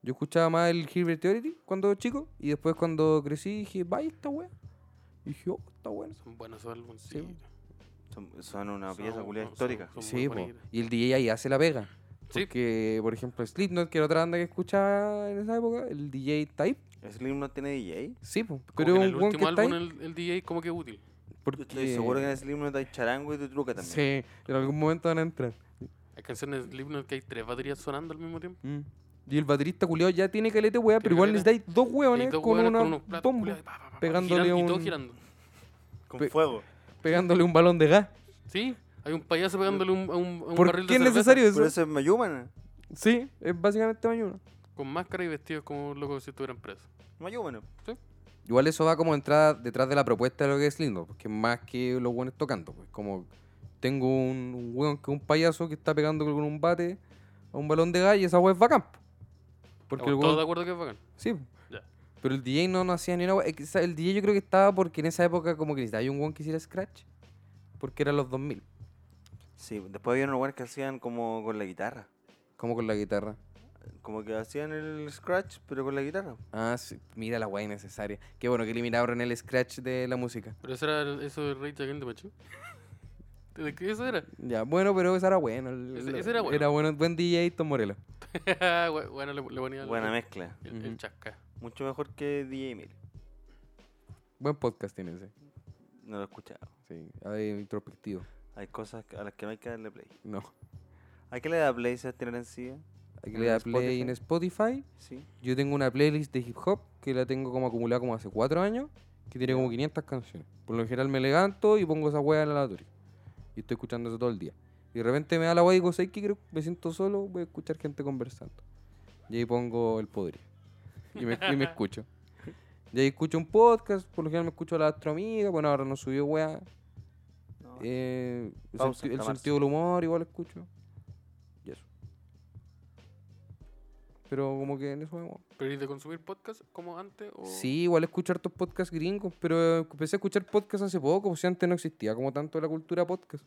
S2: Yo escuchaba más el Hilbert Theory cuando chico. Y después cuando crecí dije, vaya esta wea. Y dije, oh, está bueno.
S3: Son buenos esos álbumes.
S2: Sí, po.
S4: Son, son una
S3: Son-
S4: pieza culia
S3: son-
S4: histórica.
S3: son-
S2: Sí,
S3: Pues muy
S2: po.
S3: bonitas.
S2: Y el DJ ahí hace la pega.
S3: Sí.
S2: Porque, por ejemplo, Slipknot, que era otra banda que escuchaba en esa época, el DJ Type.
S4: Slim no tiene DJ.
S2: Sí, po.
S3: Como
S2: Pero
S3: que en
S2: es
S3: el
S2: un weón que
S3: último
S2: está
S3: álbum
S2: ahí.
S3: el, el DJ como que útil.
S2: Porque...
S4: Yo estoy seguro que en Slim no hay charango y tu truca también.
S2: Sí, en algún momento van a entrar.
S3: Hay canciones de Slipknot que hay tres baterías sonando al mismo tiempo.
S2: Mm. Y el baterista culiao ya tiene calete wea, pero
S3: Tiene
S2: igual les
S3: caleta.
S2: dais dos
S3: Y hay
S2: hueones
S3: dos
S2: con
S3: hueones
S2: una
S3: unos platos
S2: bomba.
S3: culiados, pa, pa, pa, pa,
S2: pegándole
S3: girando, Y todo
S2: un-
S3: girando.
S4: Con
S2: Pe-
S4: fuego.
S2: pegándole un balón de gas.
S3: Sí, hay un payaso pegándole un, a un, a un
S2: ¿Por
S3: barril
S2: qué es
S3: de cerveza
S2: necesario eso?
S4: Por eso es Mayuman.
S2: Sí, es básicamente Mayuno.
S3: con máscara y vestidos como locos si estuvieran presos.
S4: Mayuman.
S2: Igual eso va como entrada detrás de la propuesta de lo que es lindo, porque más que los buenos tocando, pues como tengo un, un weón que es un payaso que está pegando con un bate a un balón de gas y esa weá es bacán. po. Porque el
S3: Estamos todos
S2: weón-
S3: de acuerdo que es bacán.
S2: Sí.
S3: Ya.
S2: Pero el DJ no, no hacía ni una wea. Es que, ¿sabes? El DJ yo creo que estaba porque en esa época como que necesitaba un weón que hiciera Scratch. Porque eran los 2000.
S4: Sí, después había unos weones que hacían como con la guitarra.
S2: Como con la guitarra.
S4: Como que hacían el scratch, pero con la guitarra.
S2: Ah, sí. Mira la wea innecesaria. Qué bueno que eliminaron el Scratch de la música.
S3: Pero eso era el- eso de Rage Against the Machine. ¿De qué eso era?
S2: Ya, bueno, pero esa era bueno. el-
S3: Ese-
S2: el-
S3: ese era bueno.
S2: Era bueno, buen DJ Tom Morelos.
S3: Bu- bueno, le, le ponía el-
S4: Buena
S3: el,
S4: mezcla.
S3: el- el
S2: Ujú.
S3: chasca.
S4: Mucho mejor que DJ Emil.
S2: Buen podcast tiene ese.
S4: No lo he escuchado.
S2: Sí, ahí introspectivo.
S4: Hay cosas a las que no hay que darle play.
S2: No.
S4: ¿A qué le da play se tener en sí?
S2: Hay que
S4: ¿En
S2: le da
S4: Spotify?
S2: play en Spotify.
S4: Sí.
S2: Yo tengo una playlist de hip hop que la tengo como acumulada como hace cuatro años, que tiene como 500 canciones. Por lo general me levanto y pongo esa hueá en la aleatorio. Y estoy escuchando eso todo el día. Y de repente me da la hueá y digo, ¿sabes qué? Creo que me siento solo, voy a escuchar gente conversando. Y ahí pongo el podrido. Y me, y me escucho. Y ahí escucho un podcast, por lo general me escucho a la astroamiga, bueno, ahora no subió hueá.
S4: No.
S2: Eh, el
S4: Pausa
S2: senti-
S4: hasta
S2: el
S4: marzo.
S2: sentido del humor igual escucho. Y eso. Pero como que en eso me muevo.
S3: ¿Pero eres de consumir podcast como antes? O...
S2: Sí, igual escucho hartos podcasts gringos, pero eh, empecé a escuchar podcasts hace poco, pues si antes no existía como tanto la cultura podcast.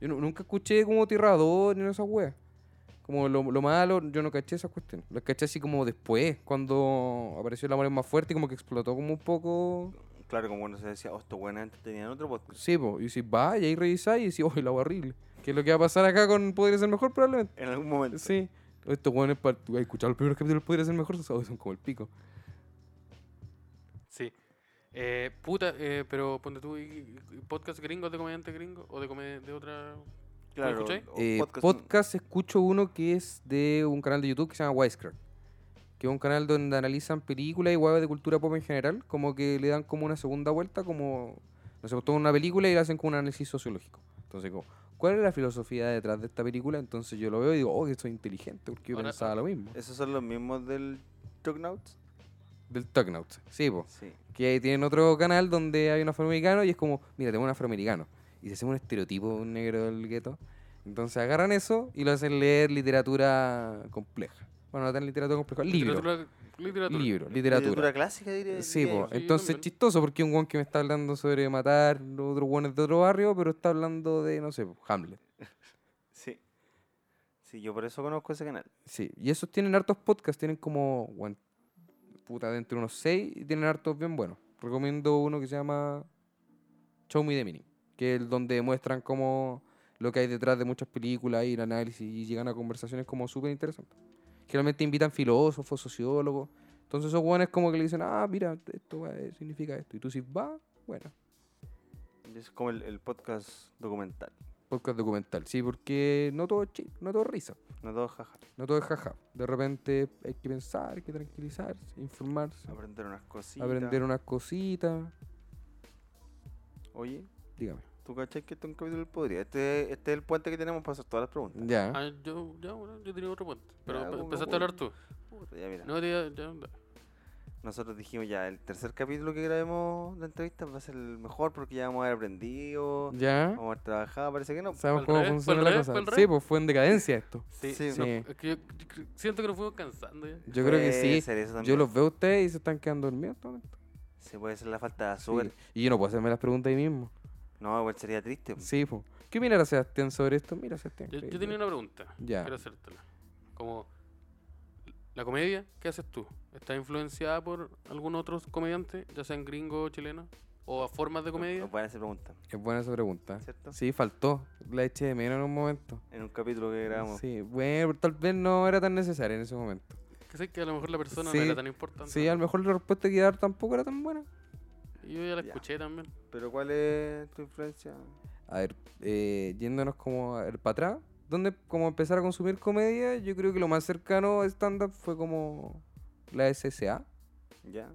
S2: Yo nu- nunca escuché como Tirador ni esas weas. Como lo, lo malo, yo no caché esas cuestiones. Las caché así como después, cuando apareció el amor es más fuerte y como que explotó como un poco.
S4: Claro, como cuando se decía, oh, estos buenos antes tenían otro podcast.
S2: Sí, pues, y si va, y ahí revisáis y decís, oh, la wea horrible. Que es lo que va a pasar acá con Podría ser mejor probablemente.
S4: En algún momento.
S2: Sí. Estos weones, para escuchar los primeros capítulos Podría ser mejor, son son como el pico.
S3: Sí. Eh, puta, eh, pero ponte tú, y- y- ¿podcast gringo de comediante gringo o de, come- de otra...?
S4: Claro.
S3: escucháis?
S4: o
S2: Eh, podcast,
S4: podcast-
S2: escucho uno que es de un canal de YouTube que se llama Wisecrack. Que es un canal donde analizan películas y huevas de cultura pop en general. Como que le dan como una segunda vuelta, como... No sé, pues, toman una película y le hacen como un análisis sociológico. Entonces, como, ¿cuál es la filosofía detrás de esta película? Entonces yo lo veo y digo, oh, que soy inteligente, porque yo
S3: Ahora-
S2: pensaba lo mismo.
S4: ¿Esos son los mismos del Talknauts?
S2: Del Tucknout. Sí, po.
S4: Sí.
S2: Que ahí tienen otro canal donde hay un afroamericano y es como, mira, tengo un afroamericano. Y se hace un estereotipo de un negro del gueto. Entonces agarran eso y lo hacen leer literatura compleja. Bueno, no tan literatura compleja, libro.
S3: Literatura. literatura.
S2: Libro,
S4: Literatura
S2: literatura.
S4: clásica, diría.
S2: Sí,
S4: diría
S2: po. eh.
S3: sí,
S2: entonces
S3: también.
S2: es chistoso porque un guan que me está hablando sobre matar los otros guanes de otro barrio, pero está hablando de, no sé, po, Hamlet.
S4: Sí. Sí, yo por eso conozco ese canal.
S2: Sí, y esos tienen hartos podcasts, tienen como, guan, puta, de entre unos seis y tienen hartos bien buenos. Recomiendo uno que se llama Show Me the Meaning, que es el donde muestran como lo que hay detrás de muchas películas y el análisis y llegan a conversaciones como súper interesantes. Generalmente invitan filósofos, sociólogos. Entonces esos guanes como que le dicen, ah, mira, esto va, eh, significa esto. Y tú dices, va, bueno,
S4: Es como el, el podcast documental.
S2: podcast documental. Sí, porque no todo es chiste, no todo es risa.
S4: No todo jaja.
S2: No todo es jaja. De repente hay que pensar, hay que tranquilizarse, informarse,
S4: Aprender unas cositas.
S2: aprender unas cositas.
S4: Oye,
S2: Dígame.
S4: ¿tú cachas que este es un capítulo del podría? Este, este es el puente que tenemos para hacer todas las preguntas.
S2: Ya.
S3: Ah, yo, ya, bueno, yo tenía otro puente. Pero
S4: Ya,
S3: empe-
S4: uno
S3: empezaste a
S4: puede.
S3: hablar tú.
S4: Puta, ya mira.
S3: No, ya, ya, ya.
S4: Nosotros dijimos ya, el tercer capítulo que grabemos de entrevistas va a ser el mejor porque ya vamos a haber aprendido,
S2: Ya.
S4: vamos a haber trabajado, parece que no.
S2: Sabemos
S3: ¿Fue
S2: cómo
S3: al revés? ¿Fue
S2: funciona
S3: al
S2: la
S3: revés? ¿Fue
S2: cosa.
S3: al
S2: Sí,
S3: revés?
S2: pues fue en decadencia esto.
S3: Sí, pues,
S4: Sí.
S3: no,
S2: Sí.
S3: es que yo, yo cre- siento que nos fuimos cansando ya.
S2: Yo creo que
S4: Puede
S2: sí.
S4: ser eso
S2: Yo
S4: también.
S2: los veo a ustedes y se están quedando dormidos. todo esto.
S4: Se puede ser la falta de
S2: Sí.
S4: azúcar.
S2: Y yo no puedo hacerme las preguntas ahí mismo.
S4: No, igual sería triste. po.
S2: Sí, pues. ¿Qué opinará Sebastián sobre esto? Mira, Sebastián.
S3: Yo, yo
S2: creo-
S3: tenía una pregunta.
S2: Ya.
S3: Quiero hacértela. Como, ¿la comedia qué haces tú? ¿Está influenciada por algún otro comediante, ya sean gringo o chileno? ¿O a formas de
S4: Nos-
S3: comedia?
S4: Nos van a hacer preguntas,
S2: Es buena esa pregunta.
S4: ¿cierto?
S2: Sí, faltó. La eché de menos en un momento.
S4: En un capítulo que grabamos.
S2: Sí, bueno, tal vez no era tan necesaria en ese momento.
S3: Que sé que a lo mejor la persona
S2: Sí.
S3: no era tan importante.
S2: Sí, a lo mejor la respuesta que iba a dar tampoco era tan buena.
S3: Y yo ya la
S4: Ya.
S3: escuché también.
S4: Pero ¿cuál es tu influencia?
S2: A ver, eh, yéndonos como para atrás, donde como empezar a consumir comedia, yo creo que lo más cercano a stand-up fue como la SSA,
S4: ¿Ya?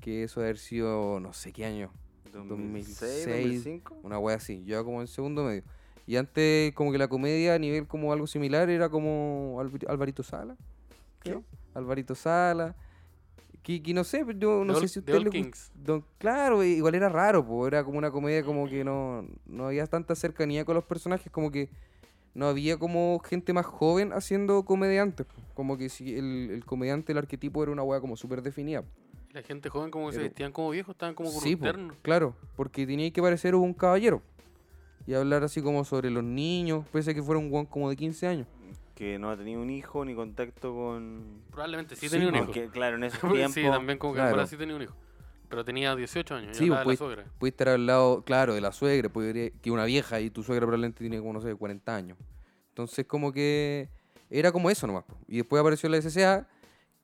S2: que eso debe haber sido no sé qué año,
S4: 2006,
S2: 2006,
S4: 2005.
S2: Una wea así, yo como en segundo medio. Y antes como que la comedia a nivel como algo similar era como Alvi- Alvarito Sala. creo. Alvarito Sala. Que, que no sé, yo no
S3: The
S2: sé
S3: Ol-
S2: si a
S3: The
S2: usted
S3: Ol
S2: le gust-
S3: Kings.
S2: Don- claro, i- igual era raro, po, era como una comedia como que no, no había tanta cercanía con los personajes, como que no había como gente más joven haciendo comediantes. po. Como que si el, el comediante, el arquetipo era una wea como súper definida.
S3: La gente joven como que se
S2: Pero-
S3: vestían como viejos, estaban como con
S2: Sí,
S3: un
S2: po,
S3: terno.
S2: claro, porque tenía que parecer un caballero y hablar así como sobre los niños, pese a que fuera un guan como de 15 años.
S4: Que no ha tenido un hijo ni contacto con.
S3: Probablemente sí,
S2: Sí,
S3: tenía un hijo.
S4: Porque, claro, en esos
S3: Porque
S4: tiempos.
S3: sí, también como que
S2: Claro.
S3: ahora sí tenía un hijo. Pero tenía 18 años,
S2: Sí,
S3: ya hablaba de la
S2: pues,
S3: sogra.
S2: Pudiste haber hablado, claro, de la suegra, podría- que una vieja y tu suegra probablemente tiene como, no sé, 40 años. Entonces, como que era como eso nomás. po. Y después apareció la SCA,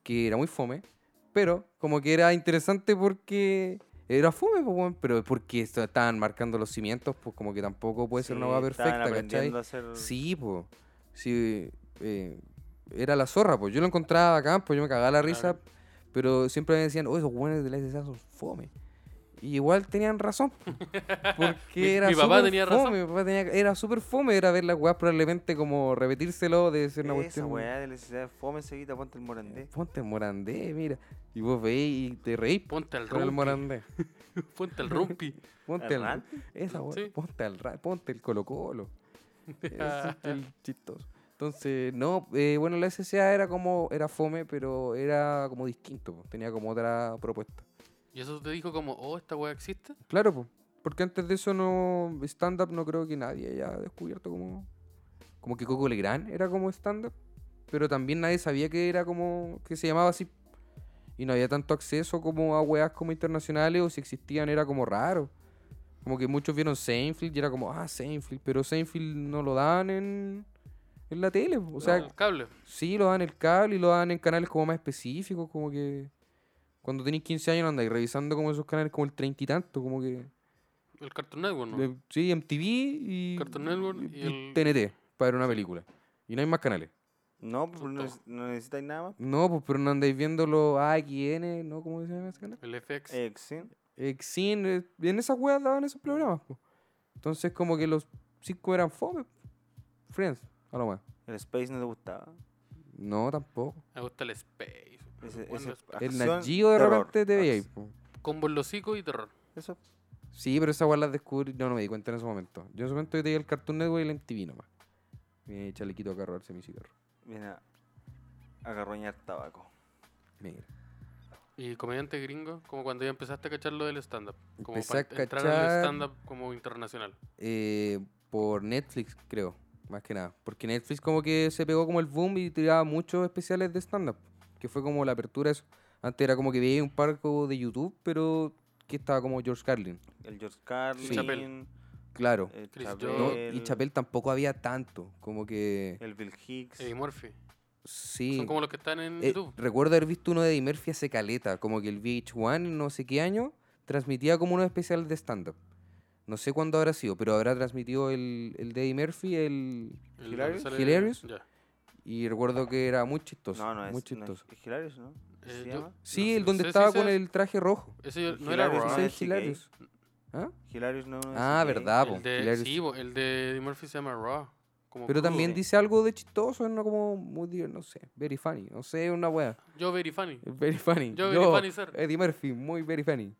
S2: que era muy fome, pero como que era interesante porque era fome, po, weón, pero es porque esto- estaban marcando los cimientos, pues como que tampoco puede ser una
S4: sí,
S2: va
S4: estaban
S2: perfecta, ¿cachai?
S4: aprendiendo a hacer-
S2: Sí, pues. Sí, eh, era la zorra, pues. Yo lo encontraba acá, pues yo me cagaba la risa.
S3: Claro.
S2: Pero siempre me decían, oh, esos buenos de la SSA son fome. Y igual tenían razón. po, Porque
S3: Mi-
S2: era
S3: mi papá
S2: súper
S3: tenía razón.
S2: fome. Mi papá tenía- era súper fome. Era ver las weas probablemente como repetírselo de ser una
S4: Esa
S2: cuestión.
S4: weá de la necesidad de fome seguida, ponte el morandé.
S2: Ponte el morandé, mira. Y vos veis y te reís po,
S3: Ponte al
S2: con el
S3: rumpi.
S2: morandé.
S3: Ponte al rumpi.
S2: Ponte
S4: ¿Al
S2: al,
S4: Rat?
S2: esa wea,
S3: Sí.
S2: ponte al Ra- ponte el Colo Colo. Eso es el chistoso. Entonces, no, eh, bueno, la SCA era como, era fome, pero era como distinto, po, tenía como otra propuesta.
S3: Y eso te dijo como, oh, esta weá existe.
S2: Claro, po, porque antes de eso no, stand-up no creo que nadie haya descubierto como, como que Coco Legrand era como stand-up, pero también nadie sabía que era como, que se llamaba así. Y no había tanto acceso como a weas como internacionales, o si existían era como raro. Como que muchos vieron Seinfeld y era como, ah, Seinfeld, pero Seinfeld no lo dan en, en la tele, po, o sea...
S3: el cable.
S2: Sí, lo dan en el cable y lo dan en canales como más específicos, como que cuando tenéis 15 años no andáis revisando como esos canales como el treinta y tanto, como que
S3: El Cartoon Network, ¿no?
S2: eh, sí, MTV y,
S3: Cartoon Network y el-
S2: TNT para ver una película. Y no hay más canales.
S4: No, pues no,
S3: Todo.
S4: neces- no necesitáis nada más.
S2: No, pues pero no andáis viendo los AXN, ¿no? ¿Cómo se llama ese canal?
S3: El FX.
S4: Eh, sí.
S2: Exin, eh, en esas weas daban esos programas, po. Entonces como que los cinco eran fome. Friends, a lo más.
S4: El Space no te gustaba.
S2: No, tampoco.
S3: Me gusta el Space.
S4: Ese,
S3: Bueno,
S4: ese
S3: es-
S2: El
S4: acción,
S2: Nagio de
S4: terror,
S2: repente te veía ahí,
S4: acción.
S2: po.
S3: Combo en los hocico y terror.
S4: Eso.
S2: Sí, pero esa weá la descubrí. No, no me di cuenta en ese momento. Yo en ese momento yo tenía el Cartoon Network y el MTV nomás. Mi chalequito acá a robarse mi cigarro.
S4: Viene a agarroñar tabaco.
S2: Mira.
S3: Y comediante gringo, como cuando ya empezaste a cachar lo del stand-up. Como
S2: Empecé
S3: para
S2: a
S3: entrar al
S2: cachar-
S3: stand-up como internacional.
S2: Eh, por Netflix, creo. Más que nada. Porque Netflix como que se pegó como el boom y tiraba muchos especiales de stand-up. Que fue como la apertura de eso. Antes era como que veía un parco de YouTube, pero que estaba como George Carlin.
S4: El George Carlin.
S2: Sí.
S3: Chappelle.
S2: Claro.
S4: El
S3: Chris
S2: ¿no?
S3: Jones.
S2: Y
S4: Chappelle,
S2: Chapel tampoco había tanto. Como que...
S4: El Bill Hicks.
S3: Eddie Murphy.
S2: Sí.
S3: Son como los que están en
S2: Eh,
S3: YouTube.
S2: recuerdo haber visto uno de Eddie Murphy hace caleta, como que el VH1, no sé qué año, transmitía como unos especiales de stand-up. No sé cuándo habrá sido, pero habrá transmitido el, el de Eddie Murphy el...
S3: El donde
S4: Hilarious.
S3: sale-
S2: Hilarious.
S3: ya.
S2: y recuerdo que era muy chistoso.
S4: no, no es.
S2: muy
S4: no
S2: chistoso.
S4: es Hilarious, ¿no?
S3: Eh,
S4: ¿Se
S3: yo-
S4: llama?
S2: Sí,
S3: no
S2: el
S3: sé-
S2: donde
S3: no sé si
S2: estaba
S3: ese
S2: con
S3: es-
S2: el traje rojo.
S3: Ese yo- no era
S4: Hilarious,
S3: Raw.
S4: Ah,
S2: Ese
S4: el
S2: es
S4: CK.
S2: hilarious. ¿Ah?
S4: Hilarious no no es.
S2: Ah,
S4: CK.
S2: verdad, po,
S3: El de,
S2: Hilarious.
S3: sí, bo, el de Eddie Murphy se llama Raw. como
S2: Pero
S3: crudo.
S2: también
S4: sí.
S2: dice algo de chistoso, no como muy, diver- no sé, very funny, no sé, una wea.
S3: Yo Very Funny.
S2: Very funny.
S3: Yo, very funny, sir.
S2: Eddie Murphy, muy very funny.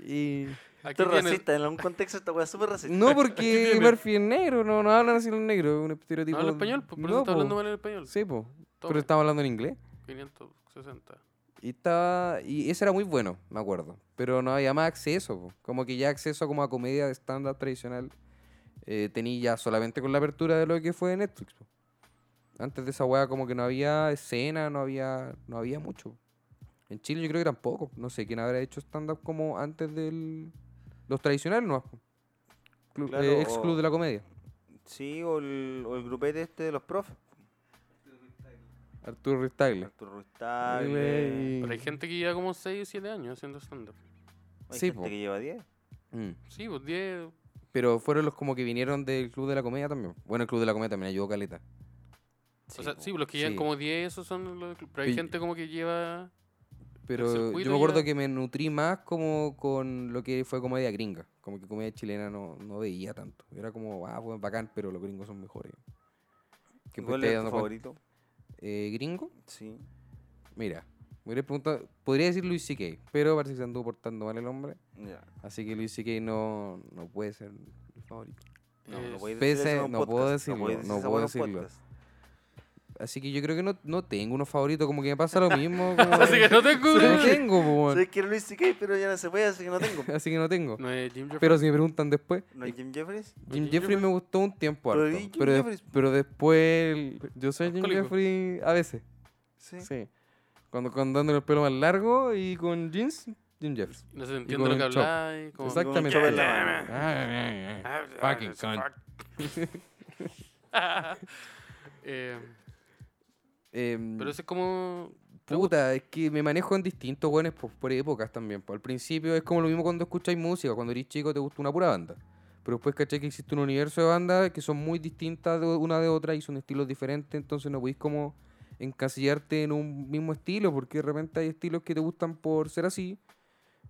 S2: Y...
S3: Aquí
S4: Esto es
S3: tienes-
S4: racista. En algún contexto esta weá es súper racista.
S2: No, porque Murphy es negro, no, no hablan así los negros, es un
S3: No
S2: estereotipo.
S3: habla español, po, por
S2: No,
S3: eso está
S2: po.
S3: hablando mal en español.
S2: Sí, po.
S3: Tome.
S2: pero estaba hablando en inglés.
S3: 560.
S2: Y estaba. Y ese era muy bueno, me acuerdo. Pero no había más acceso, po. como que ya acceso como a comedia de estándar tradicional eh, tenía ya solamente con la apertura de lo que fue Netflix. po. Antes de esa weá como que no había escena, no había, no había mucho. po. En Chile yo creo que tampoco. No sé quién habrá hecho stand-up como antes del. Los tradicionales no. Club,
S4: Claro,
S2: eh, ex
S4: o-
S2: club de la comedia.
S4: Sí, o el, o el grupete este de los profes.
S2: Arturo Ristaglia.
S4: Arturo Ruiz Tagle.
S3: Pero hay gente que lleva como 6 o 7 años haciendo stand-up.
S4: Hay
S2: Sí,
S4: gente
S2: po.
S4: que lleva 10.
S2: Mm.
S3: Sí, pues 10.
S2: Pero fueron los como que vinieron del Club de la Comedia también. Bueno, el Club de la Comedia también ayudó Caleta.
S3: o sea,
S4: po.
S3: sí, pues los que llevan
S2: Sí.
S3: como 10, esos son los. Pero hay
S2: Y-
S3: gente como que lleva
S2: Pero yo
S3: circuito
S2: me acuerdo
S3: ya-
S2: que me nutrí más como con lo que fue comedia gringa. Como que comedia chilena no, no veía tanto. Era como, ah, bueno, bacán, pero los gringos son mejores. Que me
S4: ¿Cuál
S2: estáis
S4: es tu
S2: dando cuenta.
S4: favorito?
S2: Eh, ¿Gringo?
S4: Sí.
S2: Mira, me hubiera preguntado- podría decir Luis C.K., pero parece que se anduvo portando mal el hombre.
S4: Ya.
S2: Así que Luis C.K. no, no puede ser mi favorito.
S4: No,
S3: Eh,
S4: no podéis
S2: Pese-
S4: decir eso en un
S2: no puedo
S4: podcast,
S2: decirlo,
S4: podéis decir
S2: no
S4: esa
S2: puedo
S4: hueá en un
S2: decirlo.
S4: podcast.
S2: Así que yo creo que no, no tengo unos favoritos, como que me pasa lo mismo. como-
S3: Así que no
S2: no
S3: tengo. güey.
S2: tengo, po, weón.
S4: Soy que era Luis C.K., pero ya no se puede, así que no tengo.
S2: Así que no tengo.
S3: No es Jim Jeffries.
S2: Pero si me preguntan después, eh,
S4: ¿No es Jim Jeffries?
S2: Jim
S3: Jim
S2: Jeffrey me gustó un tiempo
S4: Pero
S2: harto,
S4: di Jim
S2: pero, de-
S4: Jeffries, po.
S2: pero después el- yo soy Jim
S3: Alcohólico.
S2: Jeffrey a veces.
S4: Sí.
S2: Sí. Cuando, cuando dándole el pelo más largo y con jeans, Jim Jeffries.
S3: no se
S2: con
S3: entiende lo que
S2: el chop.
S3: habláis. como-
S2: Exactamente.
S4: chavo en la mano.
S2: Ah, ah, ah, ah. Fucking cunt.
S3: Eh,
S2: Em,
S3: pero eso es como.
S2: Puta, es que me manejo en distintos buenos por, épocas también. po. Al principio es como lo mismo cuando escucháis música. Cuando eres chico te gusta una pura banda. Pero después caché que existe un universo de bandas que son muy distintas de una de otra y son estilos diferentes. Entonces no podéis como encasillarte en un mismo estilo porque de repente hay estilos que te gustan por ser así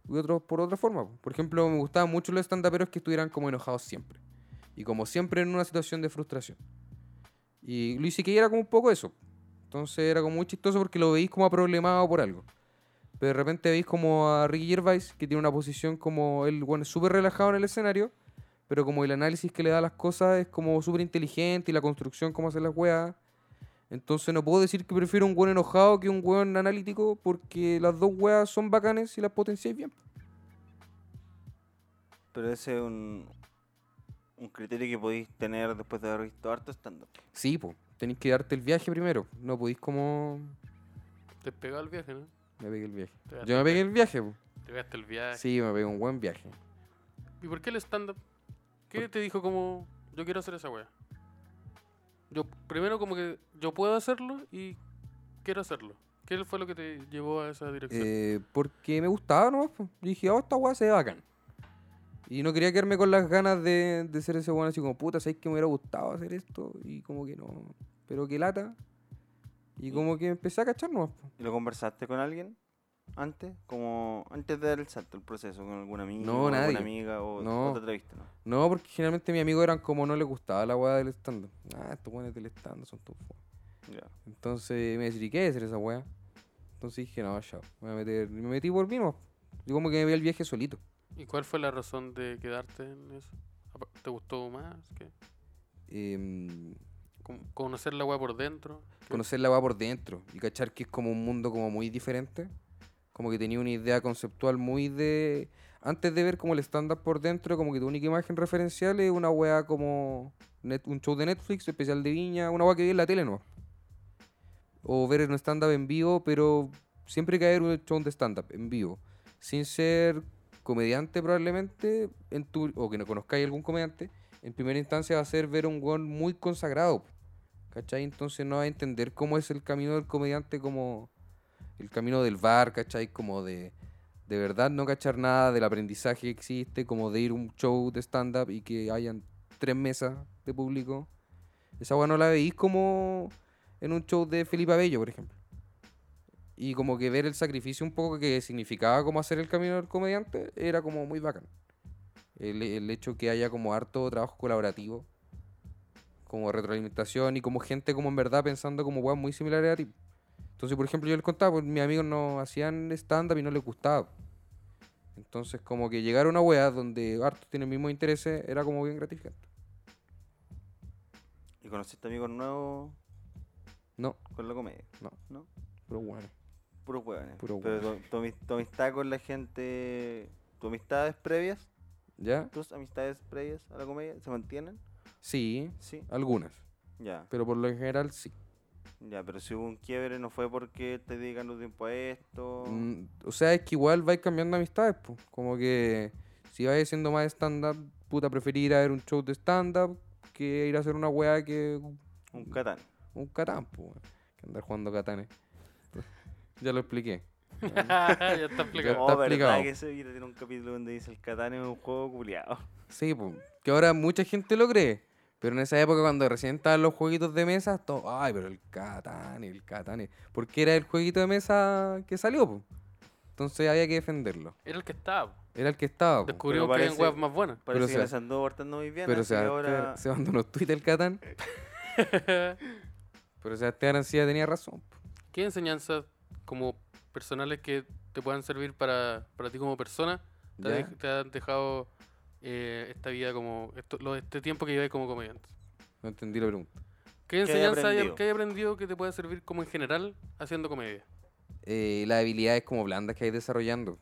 S2: y otros por otra forma. po. Por ejemplo, me gustaban mucho los estandaperos que estuvieran como enojados siempre. Y como siempre en una situación de frustración. Y Luis que era como un poco eso. Entonces era como muy chistoso porque lo veis como problemado por algo. Pero de repente veis como a Ricky Gervais, que tiene una posición como él, bueno, es súper relajado en el escenario, pero como el análisis que le da a las cosas es como súper inteligente y la construcción, cómo hacer las weas. Entonces no puedo decir que prefiero un buen enojado que un buen analítico porque las dos weas son bacanes y las potenciáis bien.
S4: Pero ese es un, un criterio que podéis tener después de haber visto harto stand-up.
S2: Sí, pues, tenéis que darte el viaje primero. No podéis como...
S3: Te pegó el viaje, ¿no?
S2: Me pegué el viaje.
S3: Te pegaste,
S2: Yo me pegué el viaje, po.
S3: te pegaste el viaje.
S2: Sí, me pegué un buen viaje.
S3: ¿Y por qué el stand-up? ¿Qué te dijo como, yo quiero hacer esa wea? Yo, primero como que yo puedo hacerlo y quiero hacerlo. ¿Qué fue lo que te llevó a esa dirección?
S2: Eh, porque me gustaba nomás. po. Y dije, oh, esta weá se ve bacán. Y no quería quedarme con las ganas de, de ser ese weón así como, puta, ¿sabes que me hubiera gustado hacer esto? Y como que no. Pero que lata. Y como que empecé a cachar nomás. po.
S4: ¿Y lo conversaste con alguien antes? Como antes de dar el salto, el proceso, con algún amigo,
S2: No,
S4: alguna
S2: nadie.
S4: amiga o,
S2: No.
S4: o te atreviste, ¿no?
S2: No, porque generalmente mis amigos eran como no les gustaba la weá del stand Ah, estos weones del stand son tus fo-".
S4: Ya.
S2: Entonces me decidí, ¿qué es hacer esa weá? Entonces dije, no, ya, me voy a meter. Y me metí por mí nomás. Yo como que me vi el viaje solito.
S3: ¿Y cuál fue la razón de quedarte en eso? Apa- ¿Te gustó más? ¿Qué?
S2: Em,
S3: Como ¿Conocer la wea por dentro? ¿Qué?
S2: conocer la va por dentro y cachar que es como un mundo como muy diferente. Como que tenía una idea conceptual muy de... Antes de ver como el estándar por dentro, como que tu única imagen referencial es una weá como net- un show de Netflix, especial de Viña, una weá que vi en la tele, ¿no? O ver un stand-up en vivo, pero siempre hay que haber un show de stand-up en vivo. Sin ser comediante probablemente, en tu, o que no conozcáis algún comediante, en primera instancia va a ser ver un weón muy consagrado. ¿Cachai? Entonces no va a entender cómo es el camino del comediante, como el camino del bar, ¿cachai? Como de, de verdad no cachar nada del aprendizaje que existe, como de ir a un show de stand-up y que hayan tres mesas de público. Esa hueá no la veís como en un show de Felipe Abello, por ejemplo. Y como que ver el sacrificio un poco que significaba como hacer el camino del comediante era como muy bacán. El, el hecho que haya como harto trabajo colaborativo como retroalimentación y como gente como en verdad pensando como weas muy similares a ti. Entonces, por ejemplo, yo les contaba, pues mis amigos no hacían stand-up y no les gustaba. Entonces, como que llegar a una wea donde hartos tienen mismos intereses era como bien gratificante.
S4: ¿Y conociste amigos nuevos
S2: No,
S4: con la comedia?
S2: No.
S4: ¿No?
S2: pero bueno.
S4: Puros hueones.
S2: Puros
S4: Pero tu, tu ami- tu amistad con la gente, tus amistades previas,
S2: ¿Ya?
S4: tus amistades previas a la comedia, ¿se mantienen?
S2: Sí,
S4: Sí.
S2: algunas.
S4: Ya.
S2: Pero por lo general sí.
S4: Ya, pero si hubo un quiebre, no fue porque te dedicando tiempo a esto.
S2: Mm, o sea, es que igual vais cambiando amistades, po. Como que si vais haciendo más stand-up, puta, preferir ir a ver un show de stand-up que ir a hacer una wea que
S4: Un catán.
S2: Un Catán, pues, weón, que andar jugando Catanes. ya lo expliqué.
S3: ya está explicado.
S2: está
S4: oh, verdad
S2: explicado.
S4: que ese video tiene un capítulo donde dice el Catán es un juego culiado.
S2: Sí, pues, que ahora mucha gente lo cree. Pero en esa época, cuando recién estaban los jueguitos de mesa, todo, ay, pero el Catán, el Catán. Porque era el jueguito de mesa que salió, pues. Entonces había que defenderlo.
S3: Era el que estaba.
S2: Era el que estaba. po.
S3: Descubrió que hay
S4: parece-
S3: webs más buenas.
S4: Parece
S2: se-
S4: que se andó portando muy bien.
S2: Pero
S4: así
S2: se,
S4: que
S2: Sebastián-
S4: ahora...
S2: se mandó unos tweets el Catán. Pero Sebastián Arancía tenía razón. po.
S3: ¿Qué enseñanzas como personales que te puedan servir para, para ti como persona
S2: ¿Ya?
S3: te, han dej- te han dejado eh, esta vida como esto- lo- este tiempo que lleváis como comediante?
S2: No entendí la pregunta.
S3: ¿Qué
S4: hay
S3: enseñanza hay
S4: aprendido?
S3: que hay aprendido que te pueda servir como en general haciendo comedia?
S2: Eh, las habilidades como blandas que hay desarrollando.